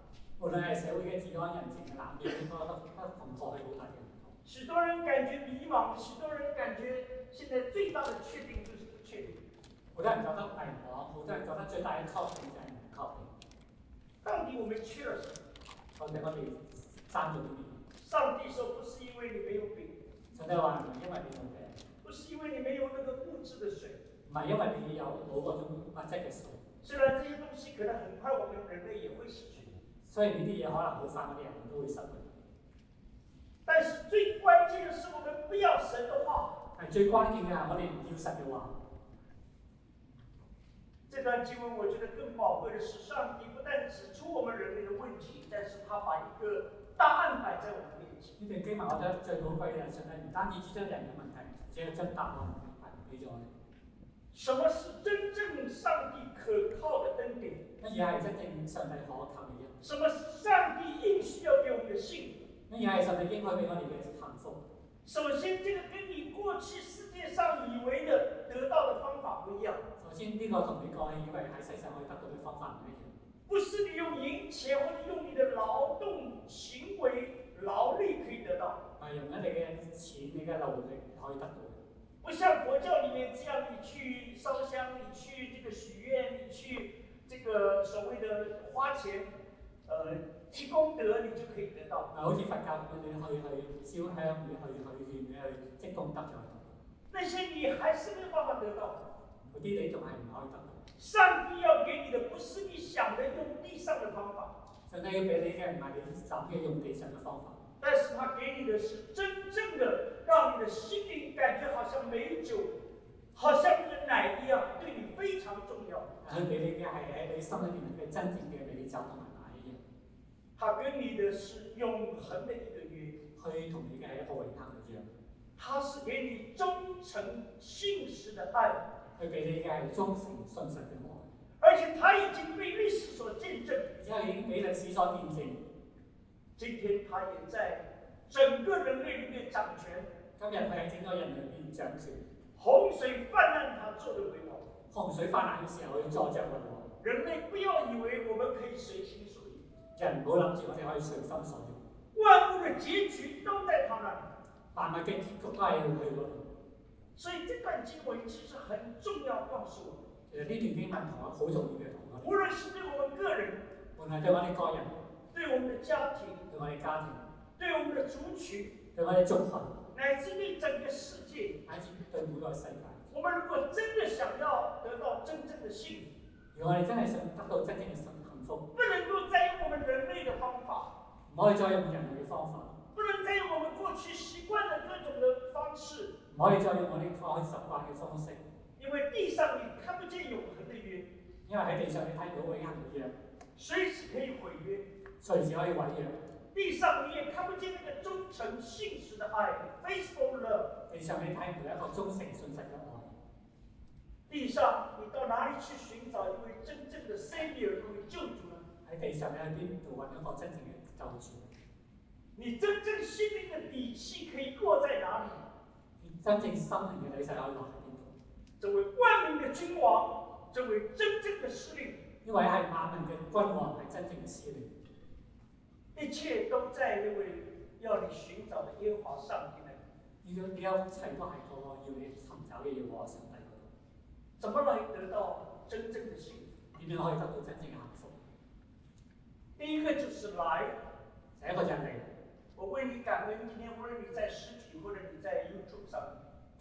[SPEAKER 2] 無論係社會嘅治安、人情嘅冷暖，啊應該都都同過去好大嘅唔同。
[SPEAKER 1] 许多人感觉迷茫，许多人感觉现在最大的确定就是不确定。
[SPEAKER 2] 好多人覺得迷茫，好多人覺得最大嘅確定就係唔確定。
[SPEAKER 1] 到底我们缺了什么？
[SPEAKER 2] 我哋我哋三種面。
[SPEAKER 1] 上帝说不是因为你没有饼，
[SPEAKER 2] 上帝話唔係因為你冇病，
[SPEAKER 1] 不是因为你没有那个物质的水。
[SPEAKER 2] 唔係因為你有冇嗰種物質嘅水，
[SPEAKER 1] 虽然这些东西可能很快我们人类也会失去，
[SPEAKER 2] 所以呢啲嘢可能好快我哋人都會失去。
[SPEAKER 1] 但是最关键的是我们不要神的话。
[SPEAKER 2] 但最關鍵嘅係我哋唔要神嘅話。
[SPEAKER 1] 这段经文我觉得更宝贵的是，上帝不但指出我们人类的问题，但是他把一个答案摆在我们面前。
[SPEAKER 2] 呢段經文我覺得最寶貴嘅係上帝唔單止指出人嘅問題，只係將答案俾咗我哋。
[SPEAKER 1] 什么是真正上帝可靠的恩典？
[SPEAKER 2] 乜嘢係真正上帝可靠嘅嘢？
[SPEAKER 1] 什么是上帝应许要给我们的幸福？
[SPEAKER 2] 乜嘢係上帝應該俾我哋嘅幸福？
[SPEAKER 1] 首先，这个跟你过去世界上以为的得到的方法不一样，
[SPEAKER 2] 首先呢個同你過去以為喺世上可以得到嘅方法唔一樣，
[SPEAKER 1] 不是你用银钱或者用你的劳动行为、劳力可以得到。
[SPEAKER 2] 唔係用緊你嘅錢、你嘅努力可以得到嘅。
[SPEAKER 1] 不像佛教里面这样，你去烧香，你去这个许愿，你去这个所谓的花钱，呃，积功德，你就可以得到。
[SPEAKER 2] 啊，好似佛教咁樣，你去去燒香，你去去去勸，你去積功德就得。
[SPEAKER 1] 那些你还是没有办法得到的。
[SPEAKER 2] 嗰啲你仲係唔可以得到。
[SPEAKER 1] 上帝要给你的不是你想的用地上的方法，
[SPEAKER 2] 上帝要俾你嘅唔係你諗嘅用地上嘅方法，
[SPEAKER 1] 但是他给你的是真正的，让你的心灵感觉好像美酒，好像你的奶一样，对你非常重要。
[SPEAKER 2] 佢俾你嘅係喺你心裏面嘅真正嘅美酒同埋奶一樣，
[SPEAKER 1] 他跟你的是永恒的一个约，
[SPEAKER 2] 去同你嘅係一個永恆一樣。
[SPEAKER 1] 他是给你忠诚信实的爱，
[SPEAKER 2] 佢俾你嘅係忠誠信實嘅愛，
[SPEAKER 1] 而且他已经被历史所见证，
[SPEAKER 2] 然之後已經俾歷史所見證。
[SPEAKER 1] 今天他也在整个人类里面掌权。
[SPEAKER 2] 今日佢喺整個人裏面掌權，
[SPEAKER 1] 洪水泛滥，他作为为王。
[SPEAKER 2] 洪水泛濫嘅時候，佢助著運河。
[SPEAKER 1] 人类不要以为我们可以随心所欲，
[SPEAKER 2] 人唔好諗住我哋可以隨心所欲，
[SPEAKER 1] 万物的结局都在他那里。
[SPEAKER 2] 萬物嘅結局都係佢嗰度。
[SPEAKER 1] 所以这段经文其实很重要，告诉我们，
[SPEAKER 2] 其實呢段經文同我好重要嘅同我，
[SPEAKER 1] 无论是对我们个人、
[SPEAKER 2] 無論對我哋個人、
[SPEAKER 1] 对我们的家庭、
[SPEAKER 2] 對我哋家庭、
[SPEAKER 1] 对我们的族群，
[SPEAKER 2] 對我哋族群，
[SPEAKER 1] 乃至对整个世界，
[SPEAKER 2] 乃至對每個世界。
[SPEAKER 1] 我们如果真的想要得到真正的幸福，
[SPEAKER 2] 如果我哋真係想得到真正嘅幸幸福，
[SPEAKER 1] 不能够再用我们人类的方法，
[SPEAKER 2] 唔可以再用人類嘅方法，
[SPEAKER 1] 不能再用我们过去习惯的各种的方式，
[SPEAKER 2] 唔可以再用我哋過去習慣嘅方式，
[SPEAKER 1] 因为地上你看不见永恒的约，
[SPEAKER 2] 因為喺地上你睇唔到永恆嘅約，
[SPEAKER 1] 随时可以毁约。
[SPEAKER 2] 隨時可以毀約。
[SPEAKER 1] 地上你也看不见那个忠诚信实的爱，faithful love。
[SPEAKER 2] 地上你睇唔到一個忠誠信實嘅愛。
[SPEAKER 1] 地上你到哪里去寻找一位真正的 savior，一位救主呢？
[SPEAKER 2] 喺地上你喺邊度揾一個真正嘅救主？
[SPEAKER 1] 你真正心灵的底气可以落在哪里？
[SPEAKER 2] 你真正心靈嘅理想可以落喺邊度？
[SPEAKER 1] 这位万民的君王，这位真正的司令，
[SPEAKER 2] 呢位係萬民嘅君王，係真正嘅司令。
[SPEAKER 1] 一切都在那位要你寻找的耶和华上帝那里。
[SPEAKER 2] 呢個呢一切都係嗰個要你尋找嘅嘢和上帝嗰度，
[SPEAKER 1] 怎么来得到真正的幸福？
[SPEAKER 2] 點樣可以得到真正嘅幸福？
[SPEAKER 1] 第一个就是来，
[SPEAKER 2] 第一個就係你。
[SPEAKER 1] 我为你感恩。今天无论你在实体或者你在 YouTube 上。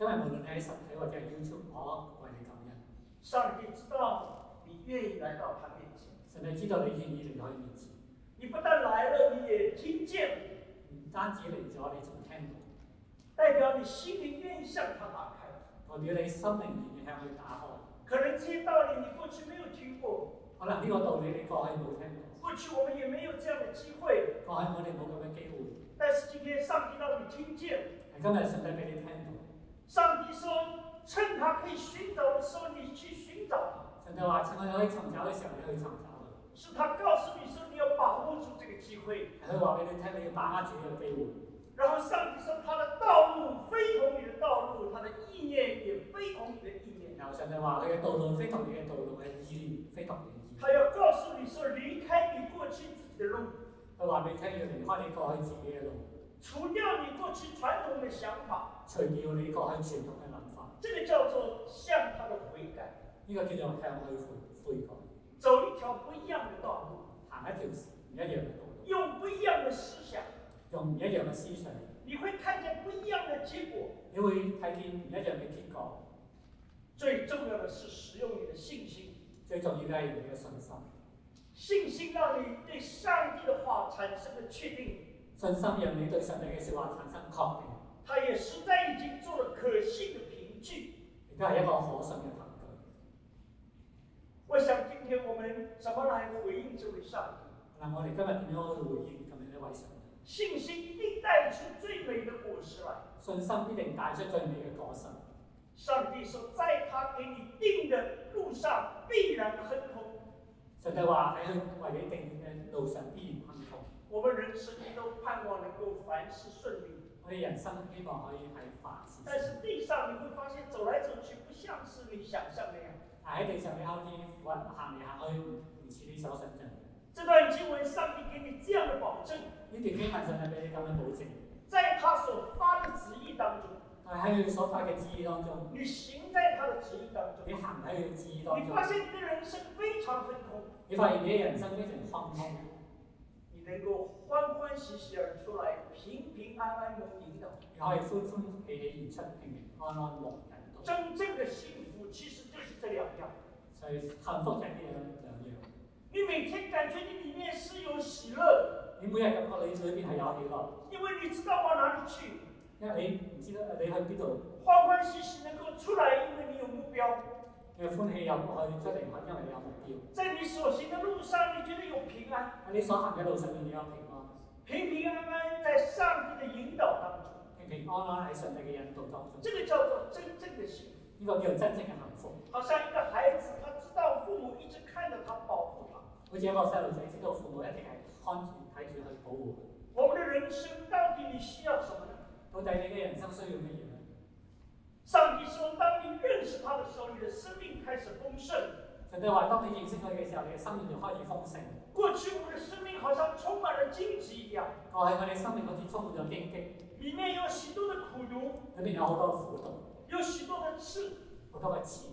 [SPEAKER 2] 因為無論你喺實體或者係 YouTube，我為你感恩。
[SPEAKER 1] 上帝知道你愿意来到他面前，
[SPEAKER 2] 神係知道你願意嚟到佢面前，
[SPEAKER 1] 你不但来了，你也听见了，
[SPEAKER 2] 唔單止嚟咗，你仲聽到，
[SPEAKER 1] 代表你心灵愿意向他打开。
[SPEAKER 2] 代表你心靈願意向佢打開。
[SPEAKER 1] 可能这些道理你过去没有听过，
[SPEAKER 2] 可能呢個道理你過去冇聽到，
[SPEAKER 1] 过去我们也没有这樣的機會，
[SPEAKER 2] 過去我哋冇咁嘅機會，
[SPEAKER 1] 但是今天上帝让你听见，
[SPEAKER 2] 係今日上帝俾你聽到。
[SPEAKER 1] 上帝说，趁他可以寻找的时候，你去寻找
[SPEAKER 2] 上帝話：趁我哋可以尋找嘅時候，你去尋找佢。
[SPEAKER 1] 他，是他告訴你说你要把握住这个機會。
[SPEAKER 2] 係佢話俾你聽，你要把握住呢個機會。
[SPEAKER 1] 然后上帝说，他的道路非同你的道路，他的意念也非同你的意念。
[SPEAKER 2] 然後上帝話：佢嘅道路非同你嘅道路，佢嘅意念非同你嘅意念。
[SPEAKER 1] 他要告诉你说，离开你过去自己的路，
[SPEAKER 2] 佢話俾你聽，要離開你過去自己嘅路，
[SPEAKER 1] 除掉你过去傳統的想法，
[SPEAKER 2] 除掉你過去傳統嘅諗法。
[SPEAKER 1] 这个叫做向他的悔改，
[SPEAKER 2] 呢、個叫做向佢悔悔改。
[SPEAKER 1] 走一条不一样的道路，
[SPEAKER 2] 行一條唔一樣嘅道路，
[SPEAKER 1] 用不一样的思想，
[SPEAKER 2] 用唔一樣嘅思想，
[SPEAKER 1] 你會看見不一样的结果。
[SPEAKER 2] 你會睇見唔一樣嘅結果。
[SPEAKER 1] 最重要的是使用你的信心，
[SPEAKER 2] 最重要嘅係你嘅信心，
[SPEAKER 1] 信心让你对上帝的话产生了确定，
[SPEAKER 2] 信心讓你對上帝嘅説話產生確定，
[SPEAKER 1] 他也实在已经做了可信的凭据。
[SPEAKER 2] 亦都係一個可信嘅憑據。
[SPEAKER 1] 我想今天我们怎么来回应这位上帝？
[SPEAKER 2] 嗱，我哋今日點樣去回應咁樣一位上帝？
[SPEAKER 1] 信心一定带出最美的果实来。
[SPEAKER 2] 信心必定帶出最美嘅果實。
[SPEAKER 1] 上帝说，在他给你定的路上必然亨通。
[SPEAKER 2] 上帝話喺佢為你定嘅路上必然亨通。
[SPEAKER 1] 我们人生都盼望能够凡事顺利，
[SPEAKER 2] 我哋人生希望可以喺凡事，
[SPEAKER 1] 但是地上你会发现走来走去不像是你想象那样。
[SPEAKER 2] 但喺地上你開始行嚟行去，唔似你所想象。呢
[SPEAKER 1] 这段经文，上帝给你这样的保证，
[SPEAKER 2] 段經文上帝俾你咁樣保證，
[SPEAKER 1] 在他所发的旨意当中，
[SPEAKER 2] 但係喺佢所發嘅旨意當中。
[SPEAKER 1] 你行在他的旨意当中，
[SPEAKER 2] 你行喺佢旨意當
[SPEAKER 1] 你
[SPEAKER 2] 中，
[SPEAKER 1] 发现你的人生非常亨通，
[SPEAKER 2] 你發現你嘅人生非常亨通，
[SPEAKER 1] 你的能够欢欢喜喜而出来，平平安安蒙引导。
[SPEAKER 2] 你可以歡歡喜喜而出，平平安安樂人道。
[SPEAKER 1] 真正的幸福其实就是这两样。
[SPEAKER 2] 所以幸福就係呢兩兩樣。
[SPEAKER 1] 你每天感觉你里面是有喜乐，
[SPEAKER 2] 你每日感覺你裏邊係有喜樂，
[SPEAKER 1] 因为你知道往哪里去，
[SPEAKER 2] 因為你唔知道你去邊度，
[SPEAKER 1] 欢欢喜喜能够出来，因为你有目标。
[SPEAKER 2] 你歡喜又唔可以出嚟揾，因為你有目標。
[SPEAKER 1] 在你所行的路上，你觉得有平安，
[SPEAKER 2] 喺你所行嘅路上面，你有平安，
[SPEAKER 1] 平平安安在上帝的引导当中，
[SPEAKER 2] 平平安安喺上帝嘅引導當中。
[SPEAKER 1] 这个叫做真正的幸福。
[SPEAKER 2] 呢個叫真正嘅幸福。
[SPEAKER 1] 好像一个孩子，他知道父母一直看着他，保护他。
[SPEAKER 2] 好似一個細路仔知道父母一定係看住睇住去保護佢。
[SPEAKER 1] 我们的人生到底你需要什么呢？
[SPEAKER 2] 到底你嘅人生需要乜嘢咧？
[SPEAKER 1] 上帝说，当你认识他的时候，你的生命开始丰盛。
[SPEAKER 2] 上帝話：當你認識佢嘅時候，你嘅生命就開始豐盛。
[SPEAKER 1] 过去我们的生命好像充满了荆棘一样，
[SPEAKER 2] 我喺我哋生命好似充滿咗荊棘，
[SPEAKER 1] 里面有许多的苦毒，
[SPEAKER 2] 裏面有好多苦毒，
[SPEAKER 1] 有许多的刺。
[SPEAKER 2] 好多嘅刺。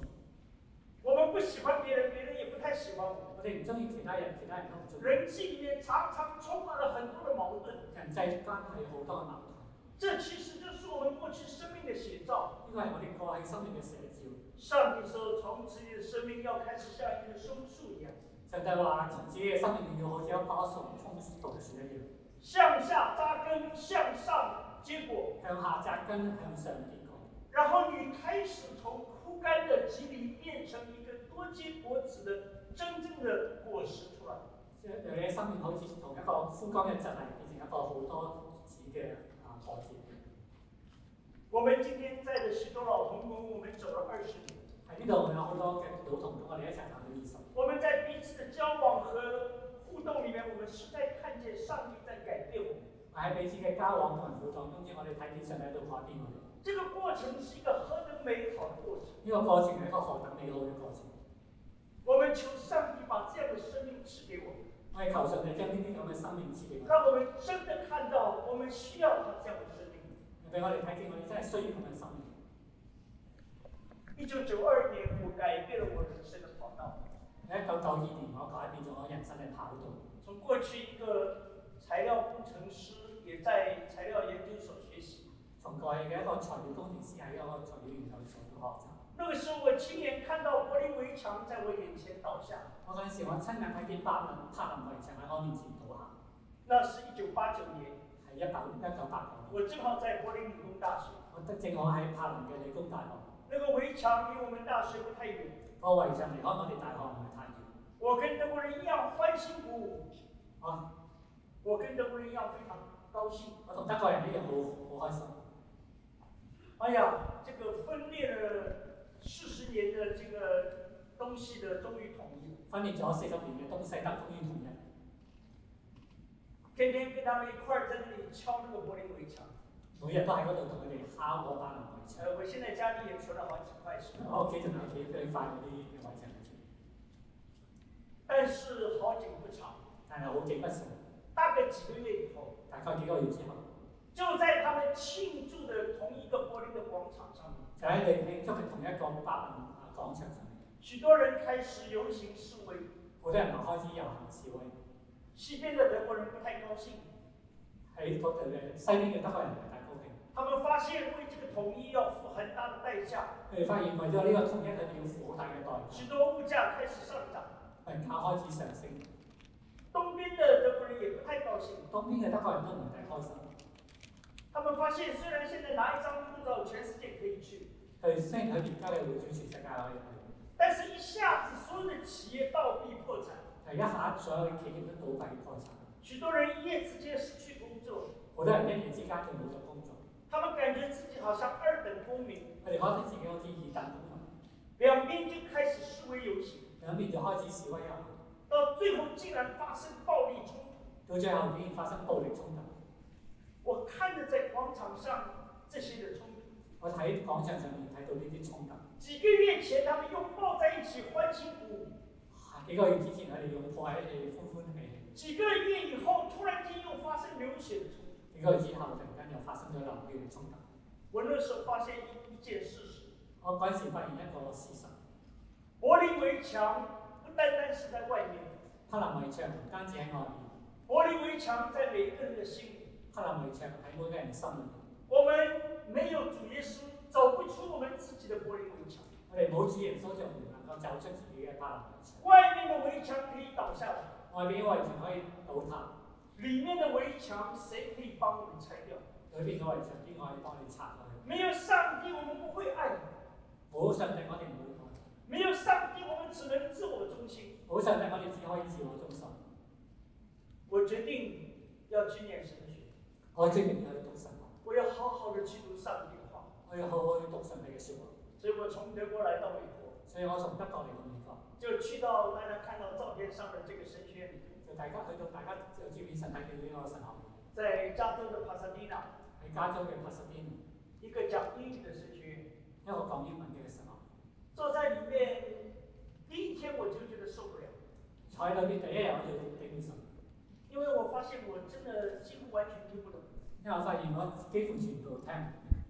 [SPEAKER 1] 我们不喜欢别人，别人也不太喜欢我。
[SPEAKER 2] 我哋唔中意其他人，其他人都唔中意。
[SPEAKER 1] 人际里面常常充满了很多的矛盾，
[SPEAKER 2] 人際關係好多矛盾，
[SPEAKER 1] 这其实就是我们过去生命的写照。
[SPEAKER 2] 呢個係我哋過去生命嘅寫照。
[SPEAKER 1] 上帝说，从此你的生命要开始像一棵松树一样，
[SPEAKER 2] 上帝話：從自己嘅生命要好似一棵樹充滿毒樹一樣，
[SPEAKER 1] 向下扎根，向上结果，
[SPEAKER 2] 向下扎根，向上結果。
[SPEAKER 1] 然后你开始从枯干的棘藜变成一个多结果子的真正的果实出来。
[SPEAKER 2] 即係你嘅生命好似從一個枯乾嘅質泥變成一個好多子嘅啊果子。
[SPEAKER 1] 我们今天在的许多老同工，我们走了二十年，
[SPEAKER 2] 喺呢度我有好多嘅老同工，我哋一齊行咗二十
[SPEAKER 1] 我们在彼此的交往和互动里面，我们实在看见上帝在改变我们。
[SPEAKER 2] 喺彼此嘅交往同埋互動中間，我哋睇見上帝喺度改變我哋。
[SPEAKER 1] 这个過程是一個何等美好的過程！
[SPEAKER 2] 呢個過程係一個何等美好嘅過程。
[SPEAKER 1] 我們求上帝把這樣的生命賜給我們，
[SPEAKER 2] 我哋求上帝將呢啲咁嘅生命賜俾我哋，
[SPEAKER 1] 讓我們真的看到我們需要他這樣的生命。
[SPEAKER 2] 俾我哋睇見我哋真係需要咁嘅生命。
[SPEAKER 1] 一九九二年，我改變了我人生的跑道，
[SPEAKER 2] 喺一九九二年，我改變咗我人生嘅跑道。
[SPEAKER 1] 從過去一個材料工程師，也在材料研究所學習。
[SPEAKER 2] 從過去嘅一個材料工程師喺一個材料研究所度學習。
[SPEAKER 1] 那個時候，我親眼看到柏林圍牆在我眼前倒下，
[SPEAKER 2] 我嗰陣時，我親眼睇見柏林柏林圍牆喺我面前倒下，
[SPEAKER 1] 那是一九八九年，
[SPEAKER 2] 係一九一九八九年。
[SPEAKER 1] 我正好在柏林理工大學。
[SPEAKER 2] 我得正好喺柏林嘅理工大學，
[SPEAKER 1] 那個圍牆離我們大學不太遠，
[SPEAKER 2] 個圍牆離開我哋大學唔係太遠。
[SPEAKER 1] 我跟德國人一樣歡欣鼓舞。
[SPEAKER 2] 我
[SPEAKER 1] 我跟德国人一样非常高兴。
[SPEAKER 2] 我同德國人一樣好好開心。
[SPEAKER 1] 哎呀，这个分裂了四十年的这个东西的终于统一了，
[SPEAKER 2] 分裂咗四十年嘅東西德終於統一，
[SPEAKER 1] 天天跟他们一块儿在那里敲那个柏林围墙。
[SPEAKER 2] 每日都喺嗰度同佢哋敲個柏林圍牆。
[SPEAKER 1] 呃，我现在家里也存了好幾塊石頭，
[SPEAKER 2] 我屋企仲有幾堆塊嗰啲嘅圍牆，
[SPEAKER 1] 但是好景不长，
[SPEAKER 2] 但係好景不常。
[SPEAKER 1] 大概几个月以后，
[SPEAKER 2] 大概幾個月之後，
[SPEAKER 1] 就在他们庆祝的同一个柏林的广场上面，
[SPEAKER 2] 就喺你慶祝嘅同一個柏林啊廣場上面，
[SPEAKER 1] 许多人开始游行示威，
[SPEAKER 2] 好多人就開始遊行示威。
[SPEAKER 1] 西边的德国人不太高兴，
[SPEAKER 2] 喺嗰度嘅西邊嘅德國人唔係太高興，
[SPEAKER 1] 他们发现为这个统一要付很大的代价，
[SPEAKER 2] 佢哋發現為咗呢個統一，佢哋要付好大嘅代
[SPEAKER 1] 许
[SPEAKER 2] 價，
[SPEAKER 1] 多物价开始上涨。
[SPEAKER 2] 物價開始上升。
[SPEAKER 1] 东边的德国人也不太高兴，
[SPEAKER 2] 東邊嘅德國人都唔係太開心，
[SPEAKER 1] 他们发现虽然现在拿一张护照全世界可以去，
[SPEAKER 2] 佢雖然佢而家嘅會主全世界可以去，
[SPEAKER 1] 但是一下子所有的企业倒闭破产，
[SPEAKER 2] 但係一下所有嘅企業都倒閉破產，
[SPEAKER 1] 许多人一夜之间失去工作，
[SPEAKER 2] 好多人一夜之間就冇咗工作，
[SPEAKER 1] 他们感覺自己好像二等公民，
[SPEAKER 2] 佢哋覺得自己好似二等公民，
[SPEAKER 1] 两边就开始示威游行，
[SPEAKER 2] 兩邊就開始示威遊行，
[SPEAKER 1] 到最后竟然发生暴力冲突。
[SPEAKER 2] 到最後竟然發生暴力衝突。
[SPEAKER 1] 我看着在广场上这些的冲突，
[SPEAKER 2] 我睇廣場上面睇到呢啲衝突。
[SPEAKER 1] 几个月前他们又抱在一起欢欣鼓舞，
[SPEAKER 2] 啊幾個月之前佢哋擁抱喺你歡歡喜喜，
[SPEAKER 1] 几个月以后突然间又发生流血的冲突。
[SPEAKER 2] 幾個月之後突然間又發生咗流血嘅衝突。
[SPEAKER 1] 我那时候發現一一件事實，
[SPEAKER 2] 我嗰陣時發現一個事實：
[SPEAKER 1] 柏林圍牆不單單是在外面，
[SPEAKER 2] 柏林圍牆唔單止喺外面，
[SPEAKER 1] 柏林围墙在每个人的心里。
[SPEAKER 2] 克拉梅墙喺每個人心入面。
[SPEAKER 1] 我们没有主耶稣，走不出我们自己的柏林围墙。
[SPEAKER 2] 我哋冇主耶穌就唔能夠走出自己嘅克拉梅牆。
[SPEAKER 1] 外面的围墙可以倒下来，
[SPEAKER 2] 外邊嘅圍牆可以倒塌，
[SPEAKER 1] 里面的围墙谁可以帮我们拆掉？
[SPEAKER 2] 裏邊嘅圍牆邊個可以幫你拆去？
[SPEAKER 1] 没有上帝，我们不會愛；
[SPEAKER 2] 冇上帝，我哋唔會愛。
[SPEAKER 1] 没有上帝，我们只能自我中心。
[SPEAKER 2] 冇上帝，我哋只可以自我中心。
[SPEAKER 1] 我决定要去念神学，
[SPEAKER 2] 我證明我哋讀神學，
[SPEAKER 1] 我要好好的去读上帝的话。
[SPEAKER 2] 我要好好去讀上帝嘅説話。
[SPEAKER 1] 所以我从德国来到美国，
[SPEAKER 2] 所以我從德國嚟到美國，
[SPEAKER 1] 就去到大家看到照片上的这个神学院，
[SPEAKER 2] 就大家去到大家就注意神體嘅呢個神學院
[SPEAKER 1] 在加州的帕萨迪纳，
[SPEAKER 2] 喺加州嘅帕薩甸尼，
[SPEAKER 1] 一个讲英语的神学院。
[SPEAKER 2] 一個講英文嘅神學院。
[SPEAKER 1] 坐在里面，第一天我就觉得受不了，
[SPEAKER 2] 坐喺裏邊第一日我就頂唔順，
[SPEAKER 1] 因为我发现我真的几乎完全听不懂。
[SPEAKER 2] 因為我發現我幾乎全部聽唔明。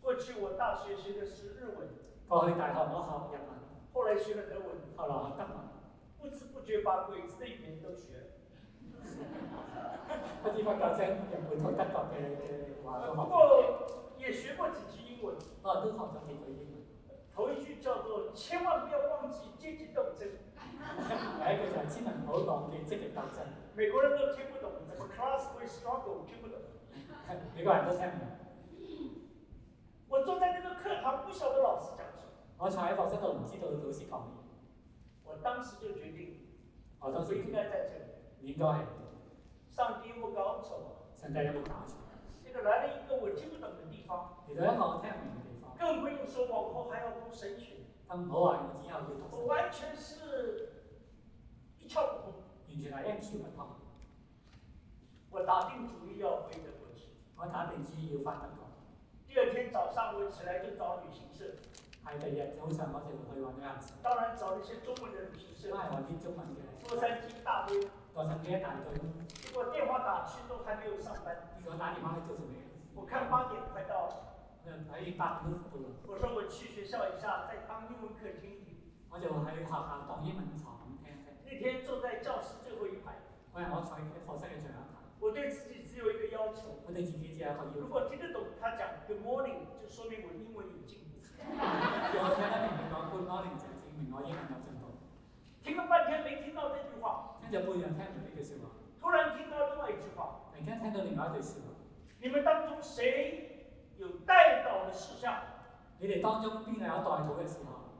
[SPEAKER 1] 过去我大学学的是日文，
[SPEAKER 2] 過去大學我學日文。
[SPEAKER 1] 后来学了德文，
[SPEAKER 2] 後來學德文，
[SPEAKER 1] 不知不觉把鬼子的语言都学了。
[SPEAKER 2] 不知不覺將日本同德國嘅嘅話都
[SPEAKER 1] 呃不
[SPEAKER 2] 學咗，
[SPEAKER 1] 过也学过几句英文，
[SPEAKER 2] 我都學咗幾句英文。
[SPEAKER 1] 头一句叫做“千万不要忘记阶级斗争
[SPEAKER 2] 第一句就係千萬唔好忘記積極鬥爭，”，
[SPEAKER 1] 美国人都听不懂，怎么 class 会 struggle 我听不懂。
[SPEAKER 2] 美國人都聽唔明。
[SPEAKER 1] 我坐在那个课堂，不晓得老师讲什么，
[SPEAKER 2] 我坐喺課室度唔知道老師講乜嘢，
[SPEAKER 1] 我当时就决定，
[SPEAKER 2] 我當
[SPEAKER 1] 我
[SPEAKER 2] 時
[SPEAKER 1] 应
[SPEAKER 2] 唔
[SPEAKER 1] 该在这里。
[SPEAKER 2] 應該係
[SPEAKER 1] 上帝有没有搞错？
[SPEAKER 2] 上帝有冇搞錯？
[SPEAKER 1] 这个来了一个我听不懂的地方。
[SPEAKER 2] 嚟到一個我聽唔明嘅地方，
[SPEAKER 1] 更不用说往后还要读神学，
[SPEAKER 2] 更唔好話我以後要讀
[SPEAKER 1] 我
[SPEAKER 2] 神，
[SPEAKER 1] 完全是一窍不通。
[SPEAKER 2] 完全係一竅不通。
[SPEAKER 1] 我打定主意要回德国去。
[SPEAKER 2] 我打定主意要翻德國，
[SPEAKER 1] 第二天早上我起来就找旅行社，
[SPEAKER 2] 係第二日早上我就去揾旅行社，
[SPEAKER 1] 当然找那些中文的旅行
[SPEAKER 2] 都
[SPEAKER 1] 社，
[SPEAKER 2] 係揾啲中文嘅，
[SPEAKER 1] 洛杉矶一大堆，
[SPEAKER 2] 我甚至一大堆。
[SPEAKER 1] 结果電話打去都還沒有上班。
[SPEAKER 2] 結果打電話去做做咩？
[SPEAKER 1] 我看八点快到了，
[SPEAKER 2] 喺八點都到啦。
[SPEAKER 1] 我说我去学校一下，再当英文课听一听。
[SPEAKER 2] 我就喺學校當英文堂咁聽聽。
[SPEAKER 1] 那天坐在教室最后一排，
[SPEAKER 2] 我係我坐喺課室嘅最後一排，
[SPEAKER 1] 我對自己只有一個要求：
[SPEAKER 2] 我對自己只有一個要
[SPEAKER 1] 如
[SPEAKER 2] 求，
[SPEAKER 1] 果聽得懂他講 Good morning，就說明我英文有進步。
[SPEAKER 2] 我聽得明佢講 Good morning 就證明我英文有進步。
[SPEAKER 1] 听了半天没聽到這句話。
[SPEAKER 2] 跟住半樣聽唔到呢句説話，
[SPEAKER 1] 突然听到另外一句话：
[SPEAKER 2] 突然間聽到另外一句説話：
[SPEAKER 1] 你们当中谁有带倒的事项，
[SPEAKER 2] 你哋當中邊個有代禱嘅時候，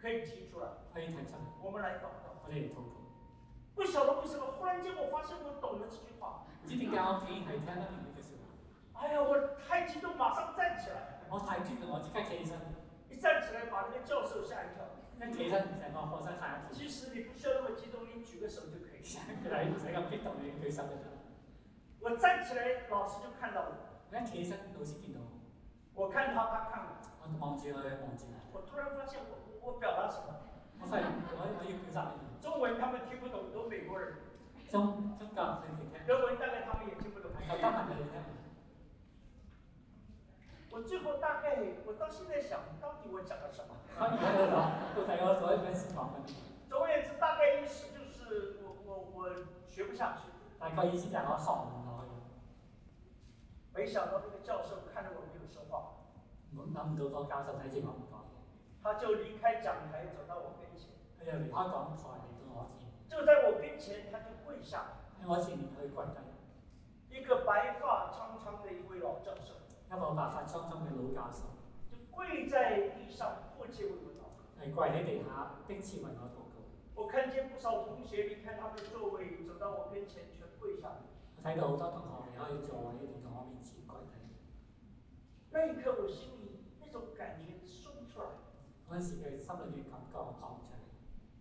[SPEAKER 1] 可以提出来，
[SPEAKER 2] 可以提出嚟，
[SPEAKER 1] 我们来祷告。
[SPEAKER 2] 我哋嚟禱告。
[SPEAKER 1] 不晓得为什么，忽然间我发现我懂了这句话。
[SPEAKER 2] 唔知點解我竟然係聽得明呢句説話，
[SPEAKER 1] 哎呀，我太激动，马上站起来。
[SPEAKER 2] 我太激動，我即刻企起身，
[SPEAKER 1] 一站起来，把那個教授吓一跳。
[SPEAKER 2] 一企起身成個課室嚇一
[SPEAKER 1] 其實你不需要那么激動，你舉個手就可以。
[SPEAKER 2] 跳，你唔使咁激動，你舉手就得啦。
[SPEAKER 1] 我站起來，老師就看到我。
[SPEAKER 2] 我一企起身，老師見到我，
[SPEAKER 1] 我看他，他看我。
[SPEAKER 2] 我望住佢，望住佢，
[SPEAKER 1] 我突然發現我我表達什么，
[SPEAKER 2] 我發現我我要表達乜嘢？
[SPEAKER 1] 中文他們聽不懂，都美國人；
[SPEAKER 2] 中中國人佢哋聽，
[SPEAKER 1] 德文大概他們也聽不懂。
[SPEAKER 2] 就德文佢哋聽。
[SPEAKER 1] 我最後大概，我到現在想，到底我講了什麼？
[SPEAKER 2] 我而家喺度諗，到底我做一份事堂嘅？
[SPEAKER 1] 总而言之，大概意思就是我我我学不下去。
[SPEAKER 2] 大概意思就係我學唔落去，
[SPEAKER 1] 没想到那个教授看着我没有说话，
[SPEAKER 2] 冇諗唔到個教授睇住我唔講
[SPEAKER 1] 他就离开讲台走到我跟前，
[SPEAKER 2] 嘢，佢就離開講台嚟到我前，
[SPEAKER 1] 就在我跟前他就跪下，
[SPEAKER 2] 喺我前面去跪低，
[SPEAKER 1] 一个白发苍苍的一位老教授
[SPEAKER 2] 一個白髮蒼蒼嘅老教授
[SPEAKER 1] 就跪在地上迫切为我祷告。
[SPEAKER 2] 係跪喺地下，迫切為我禱告。
[SPEAKER 1] 我看见不少同学离开他的座位走到我跟前全跪下，
[SPEAKER 2] 我睇到好多同學離開座位嚟到我面前跪低，
[SPEAKER 1] 那一刻我心里那种感觉说不出来，
[SPEAKER 2] 嗰陣時佢心裏面感覺我講唔出嚟。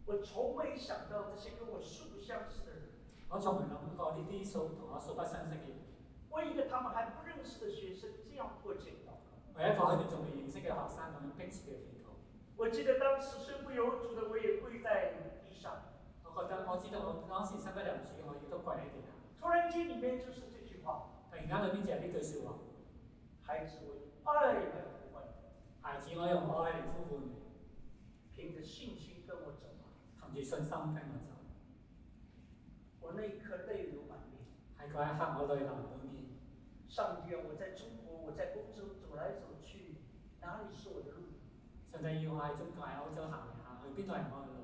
[SPEAKER 1] 我从没想到这些跟我素不相识的人。
[SPEAKER 2] 我從來諗過呢啲數同我素不相識嘅人，
[SPEAKER 1] 为一个他们还不认识的学生这样迫切祷告。
[SPEAKER 2] 為一個佢哋仲未認識嘅學生咁樣迫切嘅祈禱。
[SPEAKER 1] 我记得当时身不由主的我也跪在地上，
[SPEAKER 2] 我覺得我知道我當時身不由主，我亦都跪喺地下。
[SPEAKER 1] 突然间里面就是这句话
[SPEAKER 2] 突然間裏邊就係呢句説話：：“
[SPEAKER 1] 孩子，我爱你，我爱
[SPEAKER 2] 孩子，我用愛嚟呼喚你，
[SPEAKER 1] 你，凭着信心跟我走吧。
[SPEAKER 2] 憑住信心跟我走。
[SPEAKER 1] 我那一刻泪流满面，
[SPEAKER 2] 嗰一刻我對男滿意。
[SPEAKER 1] 上帝啊，我在中国，我在欧洲走来走去，哪里是我的路？
[SPEAKER 2] 上帝要我喺中國喺歐洲行嚟行去，邊度係我嘅路？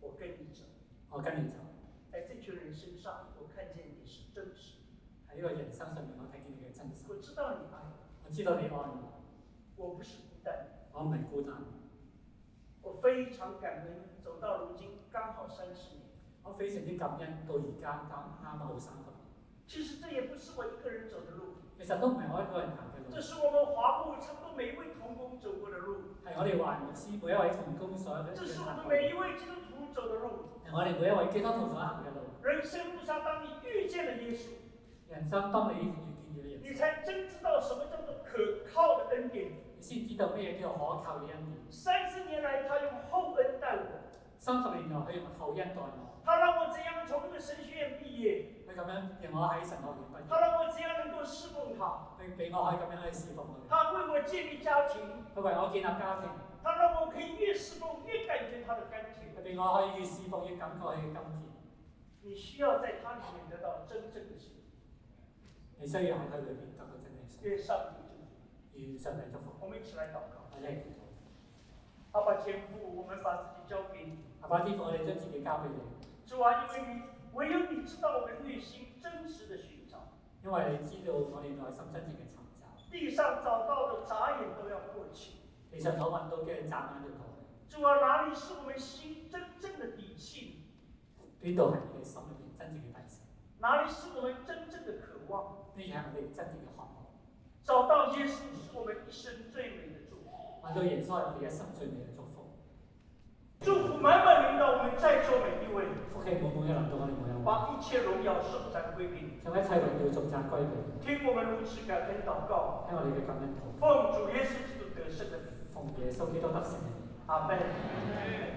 [SPEAKER 1] 我跟你走。
[SPEAKER 2] 我跟住走。
[SPEAKER 1] 在这群人身上，我看见你是真实的。
[SPEAKER 2] 喺呢個人生上面，我睇見你嘅真實。
[SPEAKER 1] 我知道你爱我，
[SPEAKER 2] 我知道你愛我，
[SPEAKER 1] 我不是孤单的。
[SPEAKER 2] 我唔係孤單。
[SPEAKER 1] 我非常感恩，走到如今刚好三十年。
[SPEAKER 2] 我非常之感恩，到而家啱啱好三十年。
[SPEAKER 1] 其实这也不是我一个人走的路，
[SPEAKER 2] 其實都唔係我一個人行嘅路
[SPEAKER 1] 这，是我们华部差不多每一位同工走过的路，
[SPEAKER 2] 係我哋華牧師每一位同工所有嘅
[SPEAKER 1] 这是我
[SPEAKER 2] 行
[SPEAKER 1] 们
[SPEAKER 2] 嘅
[SPEAKER 1] 每
[SPEAKER 2] 路，
[SPEAKER 1] 一位基督徒走的路。
[SPEAKER 2] 係我哋每一位基督徒所行嘅路。
[SPEAKER 1] 人生路上，当你遇见了耶稣，
[SPEAKER 2] 人生當你遇見咗
[SPEAKER 1] 你
[SPEAKER 2] 耶穌，
[SPEAKER 1] 才真知道什么叫做可靠的恩典。
[SPEAKER 2] 你先知道咩叫可靠嘅恩典。
[SPEAKER 1] 三十年来，他用厚恩待我，
[SPEAKER 2] 三十年來佢用厚恩待我，
[SPEAKER 1] 他让我怎样从这个神学院毕业，
[SPEAKER 2] 佢咁樣讓我喺神學院畢
[SPEAKER 1] 他
[SPEAKER 2] 業，
[SPEAKER 1] 让我怎样能够侍奉他，
[SPEAKER 2] 佢俾我可以咁樣去侍奉佢，
[SPEAKER 1] 他为我建立家庭，
[SPEAKER 2] 佢為我建立家庭，
[SPEAKER 1] 他让我可以越侍奉越感觉他的甘甜。
[SPEAKER 2] 佢俾我可以越侍奉越感覺佢嘅金錢。
[SPEAKER 1] 你需要在他里面得到真正的幸福。
[SPEAKER 2] 你需要喺佢裏邊得到真理信，
[SPEAKER 1] 愿上帝祝福。
[SPEAKER 2] 願上帝祝福。
[SPEAKER 1] 我们一起来祷告。
[SPEAKER 2] 我哋祈禱，
[SPEAKER 1] 阿爸天父，我们把自己交给你。
[SPEAKER 2] 阿爸天父，我哋將自己交俾你，
[SPEAKER 1] 主啊，因为你唯有你知道我们内心真实的寻找，
[SPEAKER 2] 因為你知道我哋內心真正嘅尋找。
[SPEAKER 1] 地上找到的眨眼都要过去。
[SPEAKER 2] 其實我揾到嘅眨眼就過去，
[SPEAKER 1] 主啊，哪里是我们心真正的底气？
[SPEAKER 2] 邊度係你嘅心裏邊真正嘅底線？
[SPEAKER 1] 哪里是我们真正的渴望？
[SPEAKER 2] 呢嘢係我哋真正嘅渴望。
[SPEAKER 1] 找到耶稣是我们一生最美的祝福，
[SPEAKER 2] 揾到耶穌係我哋一生最美嘅祝福，
[SPEAKER 1] 祝福满满领导我们在座每一位，
[SPEAKER 2] 福氣滿滿嘅臨到我哋每一位。
[SPEAKER 1] 把一切荣耀颂赞归给你。
[SPEAKER 2] 將一切榮耀頌讚歸俾你。
[SPEAKER 1] 听我们如此感恩祷告，
[SPEAKER 2] 聽我哋嘅感恩禱，
[SPEAKER 1] 奉主耶稣基督得胜的名，
[SPEAKER 2] 奉耶穌基督得勝嘅名。
[SPEAKER 1] 阿门。